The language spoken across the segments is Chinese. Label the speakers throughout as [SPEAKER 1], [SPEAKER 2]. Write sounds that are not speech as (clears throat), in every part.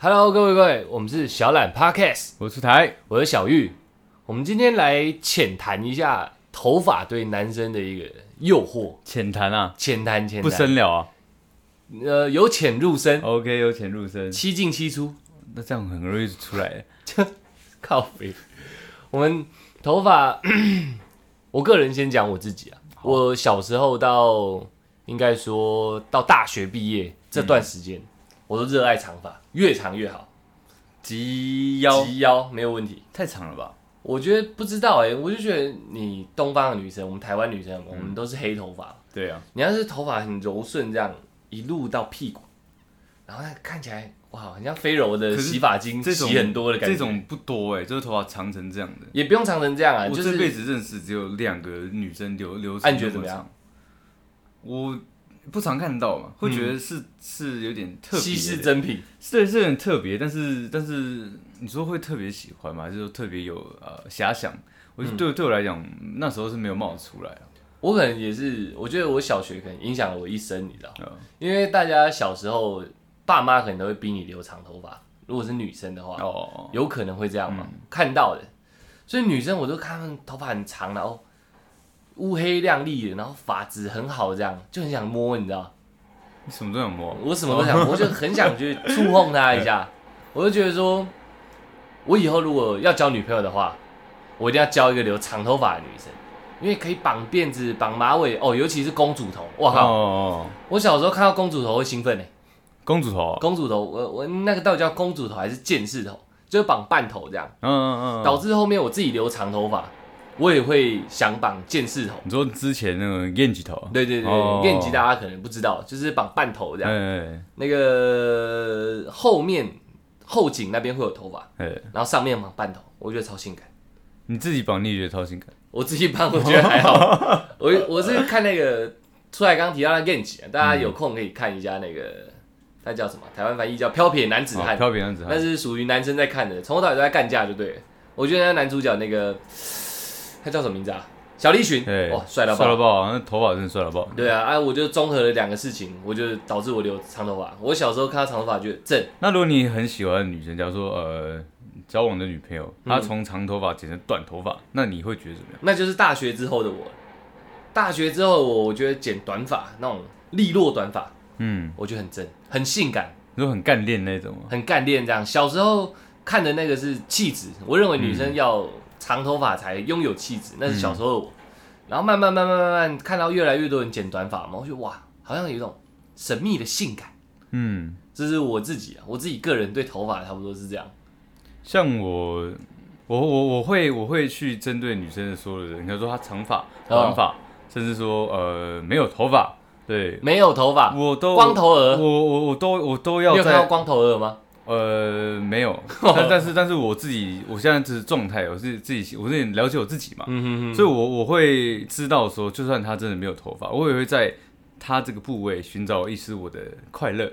[SPEAKER 1] Hello，各位各位，我们是小懒 Podcast，
[SPEAKER 2] 我出台，
[SPEAKER 1] 我是小玉。我们今天来浅谈一下头发对男生的一个诱惑，
[SPEAKER 2] 浅谈啊，
[SPEAKER 1] 浅谈浅
[SPEAKER 2] 不
[SPEAKER 1] 谈，
[SPEAKER 2] 深了啊。
[SPEAKER 1] 呃，由浅入深，
[SPEAKER 2] OK，由浅入深，
[SPEAKER 1] 七进七出。
[SPEAKER 2] 那这样很容易就出来。
[SPEAKER 1] 靠北，我们头发， (clears throat) 我个人先讲我自己啊。我小时候到应该说到大学毕业这段时间，
[SPEAKER 2] 嗯
[SPEAKER 1] 我都热爱长发，越长越好，
[SPEAKER 2] 及腰
[SPEAKER 1] 及腰没有问题。
[SPEAKER 2] 太长了吧？
[SPEAKER 1] 我觉得不知道哎、我就觉得你东方的女生，我们台湾女生，
[SPEAKER 2] 嗯
[SPEAKER 1] 我们都是黑头发，
[SPEAKER 2] 对啊，
[SPEAKER 1] 你要是头发很柔顺，这样一路到屁股，然后那看起来哇，很像飞柔的
[SPEAKER 2] 可是
[SPEAKER 1] 洗发精
[SPEAKER 2] 这种
[SPEAKER 1] 洗很多的感觉，
[SPEAKER 2] 这种不多哎、就是头发长成这样的。
[SPEAKER 1] 也不用长成这样啊，
[SPEAKER 2] 我
[SPEAKER 1] 就
[SPEAKER 2] 这辈
[SPEAKER 1] 是
[SPEAKER 2] 子认识只有两个女生留留
[SPEAKER 1] 啊
[SPEAKER 2] 长
[SPEAKER 1] 你觉得
[SPEAKER 2] 这
[SPEAKER 1] 怎
[SPEAKER 2] 么
[SPEAKER 1] 么样
[SPEAKER 2] 长，我不常看到嘛，会觉得是、是有点特别
[SPEAKER 1] 嗯稀世
[SPEAKER 2] 的
[SPEAKER 1] 珍品。
[SPEAKER 2] 是是很特别，但是但是你说会特别喜欢吗？还是说特别有呃遐想？我
[SPEAKER 1] 嗯
[SPEAKER 2] 就对、对我来讲，那时候是没有冒出来啊。
[SPEAKER 1] 我可能也是，我觉得我小学可能影响了我一生，你知道，
[SPEAKER 2] 嗯
[SPEAKER 1] 因为大家小时候爸妈可能都会逼你留长头发，如果是女生的话，
[SPEAKER 2] 哦，
[SPEAKER 1] 有可能会这样嘛，看到的。所以女生我都看她们头发很长，然后乌黑亮丽的，然后发质很好，这样就很想摸，你知道？
[SPEAKER 2] 你什么都想摸，
[SPEAKER 1] 我什么都想摸，我就很想去触碰她一下。我就觉得说，我以后如果要交女朋友的话，我一定要交一个留长头发的女生，因为可以绑辫子、绑马尾哦，尤其是公主头。我靠！
[SPEAKER 2] 哦，
[SPEAKER 1] 我小时候看到公主头会兴奋呢、欸
[SPEAKER 2] 公主头，
[SPEAKER 1] 公主头，我我那个到底叫公主头还是剑士头？就是绑半头这样。
[SPEAKER 2] 嗯嗯嗯
[SPEAKER 1] 导
[SPEAKER 2] 嗯，
[SPEAKER 1] 致后面我自己留长头发，我也会想绑剑士头。
[SPEAKER 2] 你说之前那个燕吉头，
[SPEAKER 1] 对对对，
[SPEAKER 2] 哦
[SPEAKER 1] 练级大家可能不知道，就是绑半头这
[SPEAKER 2] 哎
[SPEAKER 1] 样。
[SPEAKER 2] 哎
[SPEAKER 1] 那个后面后颈那边会有头发，
[SPEAKER 2] 哎，哎
[SPEAKER 1] 然后上面绑半头，我觉得超性感。
[SPEAKER 2] 你自己绑你也觉得超性感，
[SPEAKER 1] 我自己绑我觉得还
[SPEAKER 2] (laughs)
[SPEAKER 1] 好，我我是看那个出来刚刚提到那练级，大家有空可以看一下那个，那叫什么？台湾翻译叫《飘撇男子汉
[SPEAKER 2] 哦》，飘扁样子
[SPEAKER 1] 那
[SPEAKER 2] 汉，
[SPEAKER 1] 是属于男生在看的，从头到尾都在干架就对了。我觉得那男主角那个他叫什么名字啊？小栗旬，
[SPEAKER 2] 对，
[SPEAKER 1] 哇，帅到
[SPEAKER 2] 哦帅到
[SPEAKER 1] 爆！
[SPEAKER 2] 爆，那头发真的帅到爆，
[SPEAKER 1] 对啊，啊，我就综合了两个事情，我就导致我留长头发。我小时候看他长头发觉得正，
[SPEAKER 2] 那如果你很喜欢的女生，假如说呃交往的女朋友，她从长头发剪成短头发，那你会觉得怎么样？
[SPEAKER 1] 那就是大学之后的我。大学之后的我，我觉得剪短发那种利落短发，
[SPEAKER 2] 嗯，
[SPEAKER 1] 我觉得很正，很性感，
[SPEAKER 2] 你说很干练那种吗？啊
[SPEAKER 1] 很干练这样。小时候看的那个是气质，我认为女
[SPEAKER 2] 嗯
[SPEAKER 1] 生要长头发才拥有气质，那是小时候的我。然后慢慢慢慢慢慢看到越来越多人剪短发嘛，我觉得哇，好像有一种神秘的性感。
[SPEAKER 2] 嗯，
[SPEAKER 1] 这是我自己啊，我自己个人对头发差不多是这样。
[SPEAKER 2] 像我，我我我会我会去针对女生的所有的人，比如说她长发、短发，甚至说呃没有头发，对
[SPEAKER 1] 没有头发，
[SPEAKER 2] 我都
[SPEAKER 1] 光头
[SPEAKER 2] 我
[SPEAKER 1] 鹅，
[SPEAKER 2] 我我都我都
[SPEAKER 1] 你
[SPEAKER 2] 要
[SPEAKER 1] 有看到
[SPEAKER 2] 在
[SPEAKER 1] 光头鹅吗？
[SPEAKER 2] 呃没有，但但是但是我自己我现在这状态，我是自己我是很了解我自己嘛，
[SPEAKER 1] 嗯哼
[SPEAKER 2] 所以我我会知道说，就算她真的没有头发，我也会在她这个部位寻找一丝我的快乐。
[SPEAKER 1] 哼，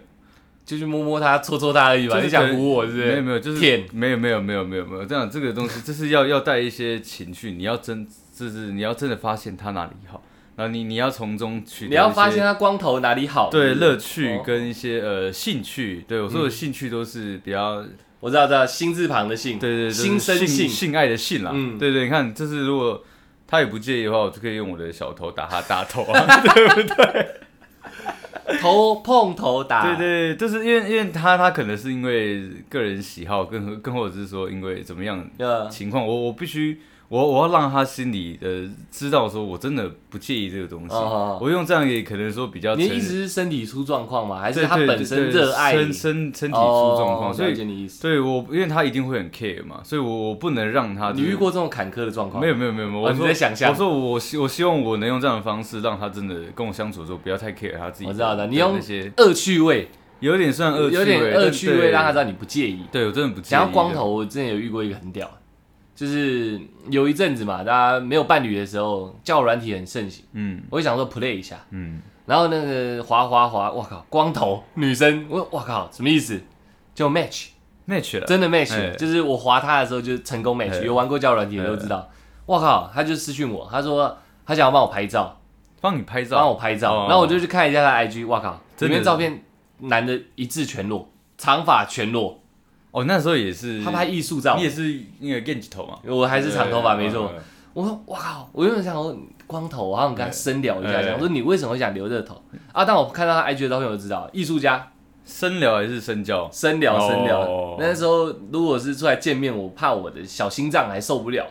[SPEAKER 1] 就去摸摸它，搓搓它而已吧。
[SPEAKER 2] 就是
[SPEAKER 1] 你想
[SPEAKER 2] 可能
[SPEAKER 1] 唬我是不是？
[SPEAKER 2] 没有没有，就是
[SPEAKER 1] 舔
[SPEAKER 2] 没有没有没有没有没有这样，这个东西就是要要带一些情绪，你要真就是你要真的发现他哪里好，然后你你要从中取得
[SPEAKER 1] 你要
[SPEAKER 2] 一
[SPEAKER 1] 发现
[SPEAKER 2] 些
[SPEAKER 1] 它光头哪里好。
[SPEAKER 2] 对
[SPEAKER 1] 是不是
[SPEAKER 2] 乐趣
[SPEAKER 1] 哦
[SPEAKER 2] 跟一些呃兴趣，对我说的兴趣都是比较
[SPEAKER 1] 我知道，知道，心字旁的性，
[SPEAKER 2] 对对对就是
[SPEAKER 1] 心生
[SPEAKER 2] 性
[SPEAKER 1] 性，
[SPEAKER 2] 性爱的性啦，
[SPEAKER 1] 嗯
[SPEAKER 2] 对对，你看这是如果。他也不介意的话，我就可以用我的小头打他大头啊！
[SPEAKER 1] (laughs) 头碰头打。
[SPEAKER 2] 对对，对就是因为因为他他可能是因为个人喜好，更更或者是说因为怎么样
[SPEAKER 1] 呃，
[SPEAKER 2] 情况，我我必须，我我要让他心里呃知道说我真的不介意这个东西，
[SPEAKER 1] 哦哦哦
[SPEAKER 2] 我用这样也可能说比较
[SPEAKER 1] 你
[SPEAKER 2] 诚
[SPEAKER 1] 的意思
[SPEAKER 2] 实，
[SPEAKER 1] 是身体出状况吗？还
[SPEAKER 2] 对
[SPEAKER 1] 是他
[SPEAKER 2] 对
[SPEAKER 1] 本
[SPEAKER 2] 对
[SPEAKER 1] 身
[SPEAKER 2] 对
[SPEAKER 1] 热爱
[SPEAKER 2] 身
[SPEAKER 1] 你
[SPEAKER 2] 身身体出状况，
[SPEAKER 1] 哦
[SPEAKER 2] 所
[SPEAKER 1] 了
[SPEAKER 2] 以
[SPEAKER 1] 解你意思。
[SPEAKER 2] 对我因为他一定会很 care 嘛，所以我我不能让他
[SPEAKER 1] 你遇。过这种坎坷的状况？
[SPEAKER 2] 啊没
[SPEAKER 1] 有，
[SPEAKER 2] 有没有没有，没有我
[SPEAKER 1] 你
[SPEAKER 2] 说
[SPEAKER 1] 在想象
[SPEAKER 2] 我说我希我希望我能用这样的方式让他真的跟我相处的时候不要太 care 他自己。
[SPEAKER 1] 我知道的。你
[SPEAKER 2] 那
[SPEAKER 1] 用
[SPEAKER 2] 些
[SPEAKER 1] 恶趣味，
[SPEAKER 2] 有点算恶趣味，
[SPEAKER 1] 有点恶
[SPEAKER 2] 但
[SPEAKER 1] 趣味，让他知道
[SPEAKER 2] 对。
[SPEAKER 1] 你不介意。
[SPEAKER 2] 对我真的不介意。啊
[SPEAKER 1] 想要光头，我之前有遇过一个很屌的，就是有一阵子嘛，大家没有伴侣的时候，交友软体很盛行，
[SPEAKER 2] 嗯
[SPEAKER 1] 我就想说 play 一下，
[SPEAKER 2] 嗯，
[SPEAKER 1] 然后那个滑滑滑，我靠，光头女生，我我靠，什么意思？就 match。
[SPEAKER 2] match 了，
[SPEAKER 1] 真的 match，、
[SPEAKER 2] 哎
[SPEAKER 1] 就是我划他的时候就是成功 match，、
[SPEAKER 2] 哎
[SPEAKER 1] 有玩过交友软体的都知道。我靠，他就私讯我，他说他想要帮我拍照，
[SPEAKER 2] 帮你拍照，
[SPEAKER 1] 帮我拍照，
[SPEAKER 2] 哦
[SPEAKER 1] 然后我就去看一下他的 IG，我靠，里
[SPEAKER 2] 真的
[SPEAKER 1] 面照片男的一致全裸，长发全裸，
[SPEAKER 2] 哦，那时候也是，
[SPEAKER 1] 他拍艺术照
[SPEAKER 2] 你，也是哎那个 Gange 头嘛，
[SPEAKER 1] 我还是长头发没错
[SPEAKER 2] 对。，哦
[SPEAKER 1] 我说哇靠，我原本想说光头，我好
[SPEAKER 2] 哎
[SPEAKER 1] 想跟他深聊一下，
[SPEAKER 2] 对
[SPEAKER 1] 想说你为什么会想留这个头啊？但我看到他 IG 的照片，我就知道艺术家
[SPEAKER 2] 深聊还是深交？
[SPEAKER 1] 深聊
[SPEAKER 2] 哦
[SPEAKER 1] 深聊。那时候如果是出来见面，我怕我的小心脏还受不了，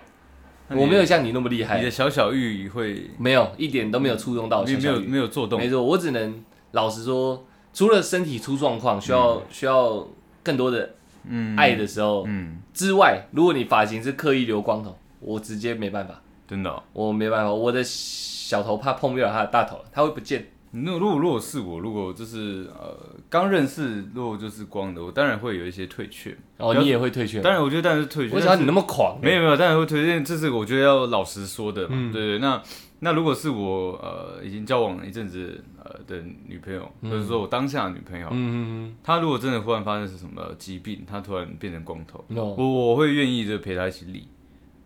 [SPEAKER 2] 那你
[SPEAKER 1] 我没有像你那么厉
[SPEAKER 2] 你
[SPEAKER 1] 害
[SPEAKER 2] 的，小小玉会
[SPEAKER 1] 没有一点都没有触动到我
[SPEAKER 2] 没
[SPEAKER 1] 哦小
[SPEAKER 2] 有没
[SPEAKER 1] 小
[SPEAKER 2] 有
[SPEAKER 1] 鱼。
[SPEAKER 2] 没有做动
[SPEAKER 1] 没，错，我只能老实说，除了身体出状况需要、需要更多的
[SPEAKER 2] 嗯
[SPEAKER 1] 爱的时候、
[SPEAKER 2] 嗯，
[SPEAKER 1] 之外，如果你发型是刻意留光头，我直接没办法，
[SPEAKER 2] 真的哦。
[SPEAKER 1] 我没办法，我的小头怕碰不了他的大头，他会不见。
[SPEAKER 2] 那如果如果是我，如果就是呃刚认识，如果就是光的，我当然会有一些退却。
[SPEAKER 1] 哦，
[SPEAKER 2] 了
[SPEAKER 1] 你也会退却吗？
[SPEAKER 2] 当然，我觉得当然是退却。
[SPEAKER 1] 为什么
[SPEAKER 2] 但是
[SPEAKER 1] 你那么狂、
[SPEAKER 2] 没有没有，当然会推荐，这是我觉得要老实说的嘛。
[SPEAKER 1] 嗯
[SPEAKER 2] 对对，那那如果是我呃已经交往一阵子呃的女朋友，或者说我当下的女朋友，
[SPEAKER 1] 嗯，
[SPEAKER 2] 她如果真的忽然发生是什么疾病，她突然变成光头，
[SPEAKER 1] 嗯，no，
[SPEAKER 2] 我我会愿意就陪她一起理，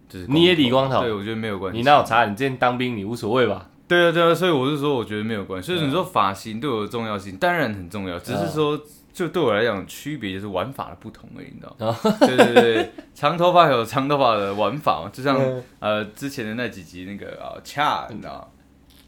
[SPEAKER 2] 就是
[SPEAKER 1] 你也理光头
[SPEAKER 2] 对我觉得没有关系。
[SPEAKER 1] 你那有差？你之前当兵，你无所谓吧？
[SPEAKER 2] 对啊，对啊，所以我是说，我觉得没有关
[SPEAKER 1] 嗯
[SPEAKER 2] 系。所以你说发型对我的重要性，当然很重要，只是说，就对我来讲，区别就是玩法的不同而已，你知道吗？
[SPEAKER 1] 哦
[SPEAKER 2] (laughs) 对对对，长头发有长头发的玩法嘛，就像
[SPEAKER 1] 嗯
[SPEAKER 2] 呃之前的那几集那个啊恰，你知道吗？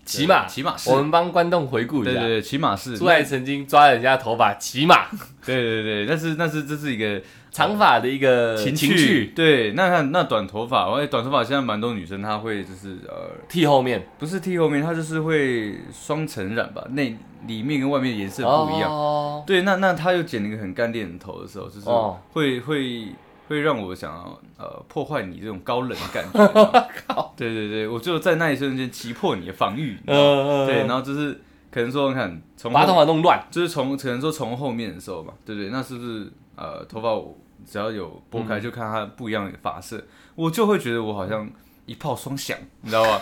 [SPEAKER 1] 骑马，
[SPEAKER 2] 骑马是
[SPEAKER 1] 我们帮观众回顾
[SPEAKER 2] 对
[SPEAKER 1] 一
[SPEAKER 2] 对
[SPEAKER 1] 下，
[SPEAKER 2] 对，骑马是，
[SPEAKER 1] 出来
[SPEAKER 2] 对
[SPEAKER 1] 曾经抓人家头发骑马，
[SPEAKER 2] (laughs) 对对，但是但是这是一个
[SPEAKER 1] 长发的一个
[SPEAKER 2] 情
[SPEAKER 1] 呃情
[SPEAKER 2] 趣
[SPEAKER 1] 趣，
[SPEAKER 2] 对，那那那短头发，而且短头发现在蛮多女生她会就是呃
[SPEAKER 1] 剃后面
[SPEAKER 2] 不是剃后面，她就是会双层染吧，内里面跟外面颜色不一样。
[SPEAKER 1] 哦
[SPEAKER 2] 对，那那他又剪了一个很干练的头的时候，就是
[SPEAKER 1] 哦
[SPEAKER 2] 会、会会让我想要呃破坏你这种高冷的感
[SPEAKER 1] (laughs)
[SPEAKER 2] 觉。靠！对对对，我就在那一瞬间击破你的防御。你知道吗
[SPEAKER 1] 嗯
[SPEAKER 2] 对，呃然后就是可能说你看从
[SPEAKER 1] 把头
[SPEAKER 2] 后
[SPEAKER 1] 发弄乱，
[SPEAKER 2] 就是从可能说从后面的时候嘛，对不对？那是不是呃头发我只要有拨
[SPEAKER 1] 嗯
[SPEAKER 2] 开，就看它不一样的发色，我就会觉得我好像一炮双响，你知道 (laughs) 吧？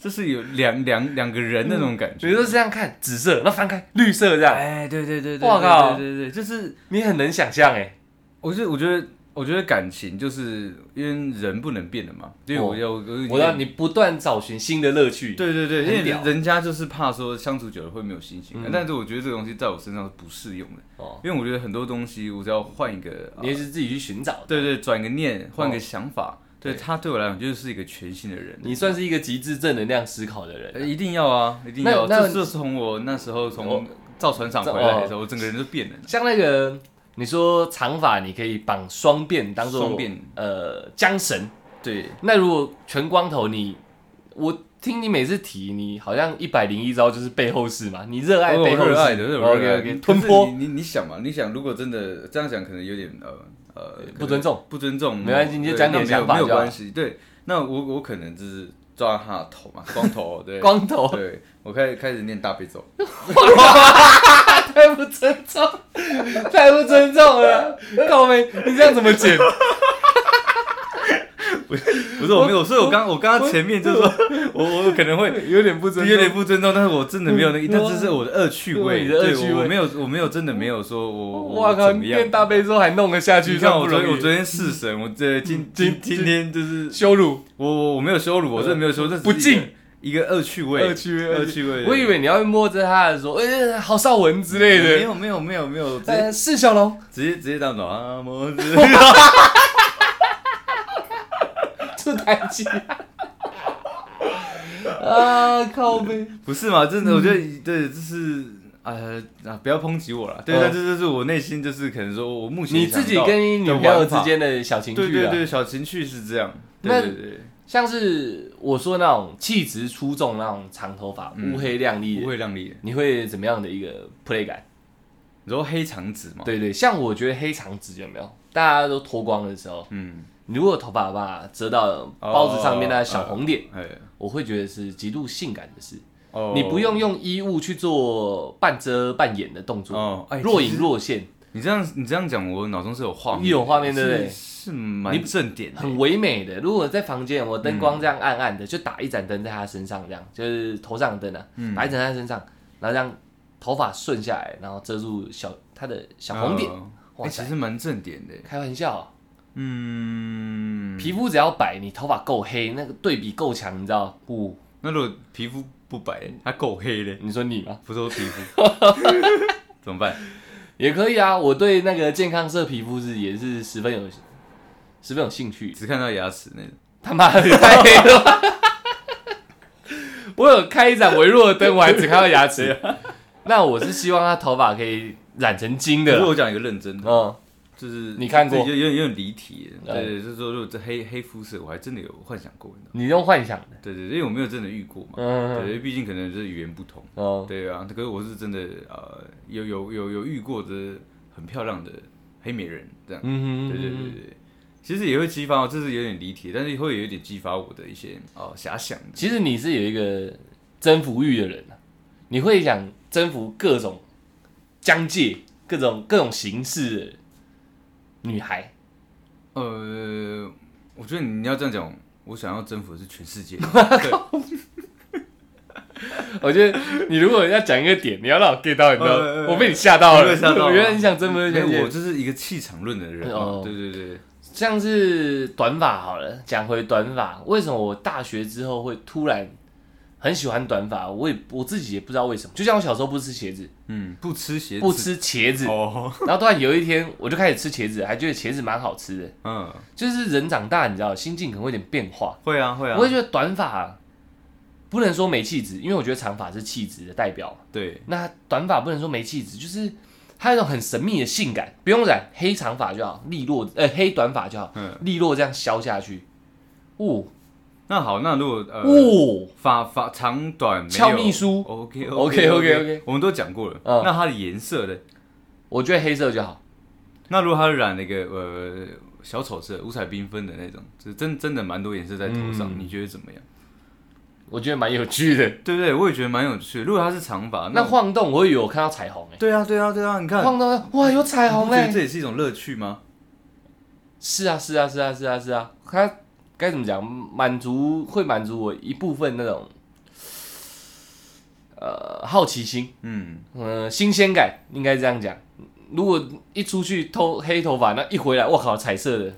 [SPEAKER 2] 这是有两两两个人那种感
[SPEAKER 1] 比
[SPEAKER 2] 觉。
[SPEAKER 1] 如说这样看，紫色，那翻开绿色这样，
[SPEAKER 2] 哎，对对对对，
[SPEAKER 1] 哇
[SPEAKER 2] 对
[SPEAKER 1] 靠
[SPEAKER 2] 对对对，就是
[SPEAKER 1] 你很能想象哎，
[SPEAKER 2] 我觉得，我觉得，我觉得感情就是因为人不能变的嘛，因为我要，我
[SPEAKER 1] 哦我让你不断找寻新的乐趣，
[SPEAKER 2] 对对对，因
[SPEAKER 1] 很
[SPEAKER 2] 为
[SPEAKER 1] 屌嗯
[SPEAKER 2] 人人家就是怕说相处久了会没有新鲜感，但是我觉得这个东西在我身上是不适用的，
[SPEAKER 1] 哦，
[SPEAKER 2] 因为我觉得很多东西我只要换一个，
[SPEAKER 1] 你
[SPEAKER 2] 呃
[SPEAKER 1] 也是自己去寻找的，
[SPEAKER 2] 对对，转个念，换
[SPEAKER 1] 哦
[SPEAKER 2] 个想法，对他对我来讲就是一个全新的人，
[SPEAKER 1] 你算是一个极致正能量思考的
[SPEAKER 2] 呃
[SPEAKER 1] 人，
[SPEAKER 2] 一定要啊，一定
[SPEAKER 1] 那
[SPEAKER 2] 要，
[SPEAKER 1] 那
[SPEAKER 2] 这这是从我那时候
[SPEAKER 1] 哦
[SPEAKER 2] 从造船厂回来的时候，我整个人就变了，
[SPEAKER 1] 像那个你说长发，你可以绑双辫当做
[SPEAKER 2] 双辫
[SPEAKER 1] 呃缰绳，
[SPEAKER 2] 对，
[SPEAKER 1] 那如果全光头你，我听你每次提，你好像一百零一招就是背后事嘛，你热爱
[SPEAKER 2] 哦我
[SPEAKER 1] 背后
[SPEAKER 2] 热爱
[SPEAKER 1] 事
[SPEAKER 2] 的，我热
[SPEAKER 1] OK
[SPEAKER 2] 爱
[SPEAKER 1] OK，
[SPEAKER 2] 的。
[SPEAKER 1] 吞
[SPEAKER 2] 可是
[SPEAKER 1] 坡
[SPEAKER 2] 你你你想嘛？你想，如果真的这样讲，可能有点呃呃
[SPEAKER 1] 不尊重，
[SPEAKER 2] 不尊重。
[SPEAKER 1] 没关系你就
[SPEAKER 2] 对
[SPEAKER 1] 讲你的
[SPEAKER 2] 那没有
[SPEAKER 1] 想法
[SPEAKER 2] 没有
[SPEAKER 1] 就好
[SPEAKER 2] 关系。对，那我我可能就是抓他的头嘛，光头，对，
[SPEAKER 1] 光头， (laughs)
[SPEAKER 2] 对，我开始开始念大悲咒。
[SPEAKER 1] 太不尊重，太不尊重了，高梅，你这样怎么剪？
[SPEAKER 2] 不是我没有，所以我刚我刚刚前面就是说我我可能会。
[SPEAKER 1] (laughs) 有点不尊重，
[SPEAKER 2] 有点不尊重，但是我真的没有那个，但这是我的恶趣
[SPEAKER 1] 对
[SPEAKER 2] 味，
[SPEAKER 1] 你的恶
[SPEAKER 2] 对
[SPEAKER 1] 趣
[SPEAKER 2] 我
[SPEAKER 1] 味
[SPEAKER 2] 没有，我没有真的没有说我
[SPEAKER 1] 哇
[SPEAKER 2] 我
[SPEAKER 1] 靠！
[SPEAKER 2] 怎么
[SPEAKER 1] 你
[SPEAKER 2] 样
[SPEAKER 1] 变。大悲之后还弄得下去，
[SPEAKER 2] 你
[SPEAKER 1] 这
[SPEAKER 2] 看
[SPEAKER 1] 样
[SPEAKER 2] 我
[SPEAKER 1] 不
[SPEAKER 2] 昨
[SPEAKER 1] 容
[SPEAKER 2] 天我
[SPEAKER 1] 易。
[SPEAKER 2] 昨天弑神，我
[SPEAKER 1] (laughs)
[SPEAKER 2] 这今今
[SPEAKER 1] 今
[SPEAKER 2] 今天就是
[SPEAKER 1] 羞辱
[SPEAKER 2] 我我我没有羞辱，我真的没有羞辱，这只是
[SPEAKER 1] 不敬
[SPEAKER 2] 一个一个恶趣味，
[SPEAKER 1] 恶趣味，
[SPEAKER 2] 恶趣味。
[SPEAKER 1] 我以为你要摸着他的说，哎，郝邵文之类
[SPEAKER 2] 没
[SPEAKER 1] 的。
[SPEAKER 2] 有没有没有没有，直接
[SPEAKER 1] 呃，释小龙，
[SPEAKER 2] 直接直接当做啊么子，
[SPEAKER 1] (laughs) 这太气了。 (laughs) 啊，靠背。
[SPEAKER 2] 不是嘛？真的，我觉得对，这是呃啊，不要抨击我了。对，
[SPEAKER 1] 嗯
[SPEAKER 2] 但这就是我内心就是可能说我目前
[SPEAKER 1] 你自己
[SPEAKER 2] 想到
[SPEAKER 1] 跟女朋友
[SPEAKER 2] 的玩
[SPEAKER 1] 之
[SPEAKER 2] 法
[SPEAKER 1] 间的小情趣啊，
[SPEAKER 2] 对对对小情趣是这样，
[SPEAKER 1] 那
[SPEAKER 2] 对对对，
[SPEAKER 1] 像是我说那种气质出众那种长头发、
[SPEAKER 2] 嗯
[SPEAKER 1] 乌黑亮丽
[SPEAKER 2] 不
[SPEAKER 1] 的，
[SPEAKER 2] 会让你
[SPEAKER 1] 你会怎么样的一个 play 感？
[SPEAKER 2] 你说黑长直嘛？，
[SPEAKER 1] 对对，像我觉得黑长直有没有？大家都脱光的时候，
[SPEAKER 2] 嗯，
[SPEAKER 1] 你如果头发把遮到包子上面那小红点，
[SPEAKER 2] 哎，
[SPEAKER 1] 我会觉得是极度性感的事。
[SPEAKER 2] 哦
[SPEAKER 1] 你不用用衣物去做半遮半掩的动作，
[SPEAKER 2] 哦，哎，
[SPEAKER 1] 若
[SPEAKER 2] 其
[SPEAKER 1] 隐
[SPEAKER 2] 实
[SPEAKER 1] 若现，
[SPEAKER 2] 你这样你这样讲，我脑中是有画面，
[SPEAKER 1] 有画面对不
[SPEAKER 2] 是
[SPEAKER 1] 对
[SPEAKER 2] 是
[SPEAKER 1] 你
[SPEAKER 2] 蛮正点的，
[SPEAKER 1] 很唯美的。如果在房间，我灯光这样暗暗的，就打一盏灯在他身上，这样就是头上的灯啊，
[SPEAKER 2] 嗯
[SPEAKER 1] 打一盏在他身上，然后这样头发顺下来，然后遮住小他的小红点。
[SPEAKER 2] 呃
[SPEAKER 1] 哇
[SPEAKER 2] 哎，
[SPEAKER 1] 塞
[SPEAKER 2] 其实蛮正点的。
[SPEAKER 1] 开玩笑啊，
[SPEAKER 2] 嗯，
[SPEAKER 1] 皮肤只要白，你头发够黑，那个对比够强，你知道？不、
[SPEAKER 2] 那如果皮肤不白，它够黑嘞，
[SPEAKER 1] (laughs) 你说你吗？
[SPEAKER 2] 不是我皮肤，怎么办？
[SPEAKER 1] 也可以啊。我对那个健康色皮肤是也是十分有十分有兴趣。
[SPEAKER 2] 只看到牙齿
[SPEAKER 1] (laughs)
[SPEAKER 2] 那种。
[SPEAKER 1] 他妈的太黑了吧！我有开一盏微弱的灯，我还只看到牙
[SPEAKER 2] (laughs)
[SPEAKER 1] 齿。
[SPEAKER 2] 啊
[SPEAKER 1] 那我是希望他头发可以染成金
[SPEAKER 2] 可是
[SPEAKER 1] 的。
[SPEAKER 2] 我讲一个认真的，
[SPEAKER 1] 嗯，
[SPEAKER 2] 就是
[SPEAKER 1] 你看过
[SPEAKER 2] 这有点有点离题，
[SPEAKER 1] 嗯
[SPEAKER 2] 对，就是说如果这黑黑肤色，我还真的有幻想过，你知道吗？
[SPEAKER 1] 你用幻想的。
[SPEAKER 2] 对对，对因为我没有真的遇过嘛，
[SPEAKER 1] 嗯，
[SPEAKER 2] 对，毕竟可能就是语言不通，
[SPEAKER 1] 哦，
[SPEAKER 2] 对啊，可是我是真的呃，有有有有遇过的很漂亮的黑美人这样，
[SPEAKER 1] 嗯哼，
[SPEAKER 2] 对对对对对，其实也会激发我，这是有点离题，但是会有一点激发我的一些哦遐想的，
[SPEAKER 1] 其实你是有一个征服欲的人啊，你会想征服各种疆界、各种各种形式的女孩。
[SPEAKER 2] 呃，我觉得你要这样讲，我想要征服的是全
[SPEAKER 1] (laughs)
[SPEAKER 2] 世界，对
[SPEAKER 1] 我觉得你如果要讲一个点，你要让我 get 到，你知道
[SPEAKER 2] 呃呃
[SPEAKER 1] 吗，
[SPEAKER 2] 呃
[SPEAKER 1] 我被你吓到
[SPEAKER 2] 我
[SPEAKER 1] 了，
[SPEAKER 2] 被吓
[SPEAKER 1] 嗯 (laughs)
[SPEAKER 2] 到了
[SPEAKER 1] 我原来你想征服的
[SPEAKER 2] 没有
[SPEAKER 1] 疆界
[SPEAKER 2] 我就是一个气场论的人嘛
[SPEAKER 1] 哦，
[SPEAKER 2] 对对对，
[SPEAKER 1] 像是短发好了，讲回短发，为什么我大学之后会突然很喜欢短发？我也我自己也不知道为什么。就像我小时候不吃茄子，
[SPEAKER 2] 嗯，不吃鞋子，
[SPEAKER 1] 不吃茄子，
[SPEAKER 2] 哦， (laughs)
[SPEAKER 1] 然后突然有一天我就开始吃茄子，还觉得茄子蛮好吃的。
[SPEAKER 2] 嗯，
[SPEAKER 1] 就是人长大，你知道，心境可能会有点变化。
[SPEAKER 2] 会啊会啊
[SPEAKER 1] 我，会觉得短发不能说没气质，因为我觉得长发是气质的代表。
[SPEAKER 2] 对，
[SPEAKER 1] 那短发不能说没气质，就是它有一种很神秘的性感，不用染黑长发就好，利落呃黑短发就好，
[SPEAKER 2] 嗯，
[SPEAKER 1] 利落这样削下去，哦
[SPEAKER 2] 那好，那如果呃，
[SPEAKER 1] 哦，
[SPEAKER 2] 发发长短没有
[SPEAKER 1] 俏秘书
[SPEAKER 2] ，OK
[SPEAKER 1] OK，OK，OK
[SPEAKER 2] OK，我们都讲过了，
[SPEAKER 1] 嗯
[SPEAKER 2] 那它的颜色呢？
[SPEAKER 1] 我觉得黑色就好，
[SPEAKER 2] 那如果它染那个呃小丑色，五彩缤纷的那种，就是真真的蛮多颜色在头上，
[SPEAKER 1] 嗯
[SPEAKER 2] 你觉得怎么样？
[SPEAKER 1] 我觉得蛮有趣的。
[SPEAKER 2] 对不对？我也觉得蛮有趣的。如果它是长发，
[SPEAKER 1] 那
[SPEAKER 2] 啊那
[SPEAKER 1] 晃动我以为我看到彩虹哎、
[SPEAKER 2] 对啊对啊对啊，你看，
[SPEAKER 1] 晃动哇有彩
[SPEAKER 2] 你
[SPEAKER 1] 虹
[SPEAKER 2] 不觉
[SPEAKER 1] 哎、
[SPEAKER 2] 得这也是一种乐趣吗？
[SPEAKER 1] 是啊是啊是啊是啊是啊，它该怎么讲，满足会满足我一部分那种呃好奇心，
[SPEAKER 2] 嗯，
[SPEAKER 1] 嗯、新鲜感应该这样讲。如果一出去偷黑头发，那一回来我靠彩色的，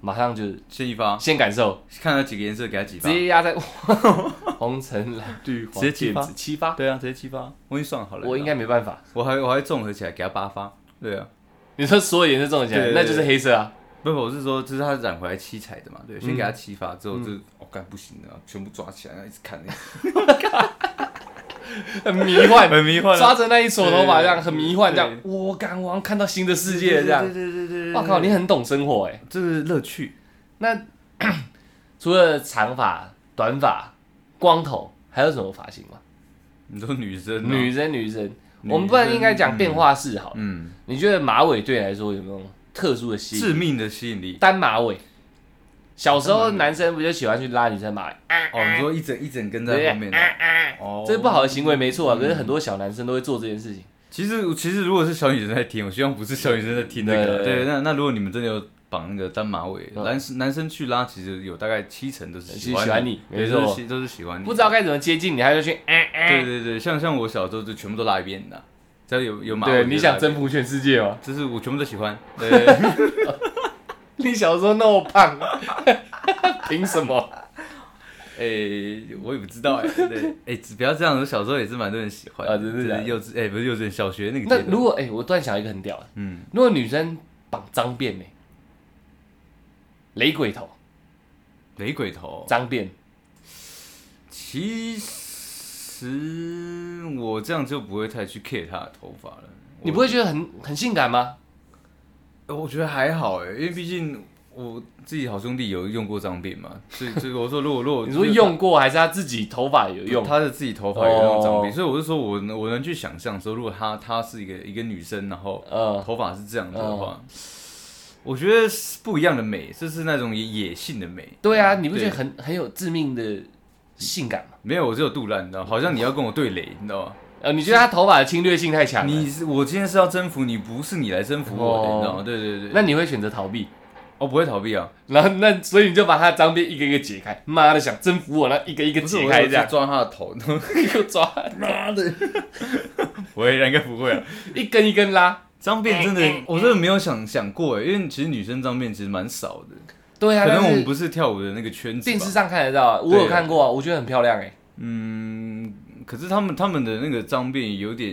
[SPEAKER 1] 马上就
[SPEAKER 2] 先一发，
[SPEAKER 1] 先感受，
[SPEAKER 2] 看它几个颜色，给它几
[SPEAKER 1] 直
[SPEAKER 2] 发。
[SPEAKER 1] 接
[SPEAKER 2] (laughs)
[SPEAKER 1] 压在红橙蓝绿黄
[SPEAKER 2] 直接七
[SPEAKER 1] 靛
[SPEAKER 2] 发
[SPEAKER 1] 紫七发，
[SPEAKER 2] 对啊，直接七发，我已经算好了。
[SPEAKER 1] 我应该没办法。
[SPEAKER 2] 我还我还综合起来给它八发。对啊，
[SPEAKER 1] 你说所有颜色中奖，
[SPEAKER 2] 对
[SPEAKER 1] 那就是黑色啊。
[SPEAKER 2] 不不，我是说，就是它染回来七彩的嘛，对，先给
[SPEAKER 1] 嗯
[SPEAKER 2] 它七发之后就，我干、不行了，全部抓起来，然后一直看，
[SPEAKER 1] 很迷
[SPEAKER 2] (laughs)
[SPEAKER 1] (laughs) 幻，
[SPEAKER 2] 很迷幻啊
[SPEAKER 1] 抓着那一撮头发这样，
[SPEAKER 2] 对
[SPEAKER 1] 很迷幻，这
[SPEAKER 2] 对
[SPEAKER 1] 样我感我好像看到新的世界了这样
[SPEAKER 2] 对。对对对对，
[SPEAKER 1] 哇靠，你很懂生活哎。
[SPEAKER 2] 这是乐趣，
[SPEAKER 1] 那 (coughs) 除了长发、短发、光头，还有什么发型吗？
[SPEAKER 2] 你说女生、啊、
[SPEAKER 1] 女，生，女生，
[SPEAKER 2] 女
[SPEAKER 1] 我们不然应该讲
[SPEAKER 2] 生
[SPEAKER 1] 变化式好了。
[SPEAKER 2] 嗯，
[SPEAKER 1] 你觉得马尾对你来说有没有特殊的吸引？
[SPEAKER 2] 致命的吸引力
[SPEAKER 1] 单马尾，小时候男生不就喜欢去拉女生马尾？
[SPEAKER 2] 哦，你说一整一整根在
[SPEAKER 1] 对
[SPEAKER 2] 后
[SPEAKER 1] 不
[SPEAKER 2] 面哦
[SPEAKER 1] 对啊
[SPEAKER 2] 的、哦，
[SPEAKER 1] 这是不好的行为没错啊，可是很多小男生都会做这件事情。
[SPEAKER 2] 其实其实如果是小女生在听，我希望不是小女生在听这
[SPEAKER 1] 对
[SPEAKER 2] 个。
[SPEAKER 1] 对对
[SPEAKER 2] 对，那那如果你们真的有绑那个单马尾，
[SPEAKER 1] 嗯哎
[SPEAKER 2] 男男生去拉，其实有大概七成都是喜欢
[SPEAKER 1] 喜欢你
[SPEAKER 2] 对
[SPEAKER 1] 没错
[SPEAKER 2] 都是喜都是喜欢你。
[SPEAKER 1] 不知道该怎么接近你，他就去哎
[SPEAKER 2] 嗯对
[SPEAKER 1] 哎。
[SPEAKER 2] 对对，像像我小时候就全部都拉一遍的，只要有有马尾就
[SPEAKER 1] 对，
[SPEAKER 2] 拉一遍。
[SPEAKER 1] 你想征服全世界吗？
[SPEAKER 2] 就是我全部都喜
[SPEAKER 1] (laughs)
[SPEAKER 2] 欢。对对，对
[SPEAKER 1] 你小时候那么胖， (laughs) 凭什么？
[SPEAKER 2] 诶，哎我也不知道哎。对，哎，只不要这样，我小时候也是蛮多人喜欢
[SPEAKER 1] 啊真的假的
[SPEAKER 2] 就是幼稚哎，不是幼稚园，小学那个阶
[SPEAKER 1] 那
[SPEAKER 2] 段。
[SPEAKER 1] 如果哎、我突然想一个很屌的，
[SPEAKER 2] 嗯，
[SPEAKER 1] 如果女生绑脏辫呢？雷鬼
[SPEAKER 2] 哦
[SPEAKER 1] 头，
[SPEAKER 2] 雷鬼头，
[SPEAKER 1] 脏辫，
[SPEAKER 2] 其实我这样就不会太去 care 他的头发了。
[SPEAKER 1] 你不会觉得很很性感吗？
[SPEAKER 2] 我？我觉得还好哎，因为毕竟我自己好兄弟有用过脏辫嘛，所以所以我说如果如
[SPEAKER 1] (laughs)
[SPEAKER 2] 果
[SPEAKER 1] 你说用过还是他自己头发有用？
[SPEAKER 2] 他的自己头发也用脏辫，
[SPEAKER 1] 哦
[SPEAKER 2] 所以我是说我能我能去想象说，如果她她是一个一个女生，然后
[SPEAKER 1] 呃，
[SPEAKER 2] 头发是这样子的
[SPEAKER 1] 哦
[SPEAKER 2] 话，我觉得是不一样的美，这是那种野野性的美。
[SPEAKER 1] 对啊，你不觉得
[SPEAKER 2] 对
[SPEAKER 1] 很很有致命的性感吗？
[SPEAKER 2] 没有，我只有杜兰，你知道吗，好像你要跟我对垒，你知道吗？
[SPEAKER 1] 呃，你觉得他头发的侵略性太强了？
[SPEAKER 2] 嗯你是我今天是要征服你，不是你来征服我的，
[SPEAKER 1] 哦
[SPEAKER 2] 你知道吗？对对对，
[SPEAKER 1] 那你会选择逃避？
[SPEAKER 2] 我不会逃避啊，
[SPEAKER 1] 然后那所以你就把他的脏辫一个一个解开，妈的想征服我，然后一个一个
[SPEAKER 2] 不是
[SPEAKER 1] 解
[SPEAKER 2] 我
[SPEAKER 1] 开
[SPEAKER 2] 会
[SPEAKER 1] 这样
[SPEAKER 2] 去，抓他的头，
[SPEAKER 1] 又 (laughs) 抓
[SPEAKER 2] 妈的，不会，应该不 (laughs) 会啊。
[SPEAKER 1] 一根一根拉。
[SPEAKER 2] 脏辫真
[SPEAKER 1] 哎
[SPEAKER 2] 的，我真的没有想想过哎，因为其实女生脏辫其实蛮少的，
[SPEAKER 1] 对啊，
[SPEAKER 2] 可能
[SPEAKER 1] 但
[SPEAKER 2] 我
[SPEAKER 1] 是
[SPEAKER 2] 们不是跳舞的那个圈子
[SPEAKER 1] 电
[SPEAKER 2] 吧
[SPEAKER 1] 视。上看得到啊，我
[SPEAKER 2] 对啊
[SPEAKER 1] 有看过啊，我觉得很漂亮哎、
[SPEAKER 2] 嗯，可是他们他们的那个脏辫有点，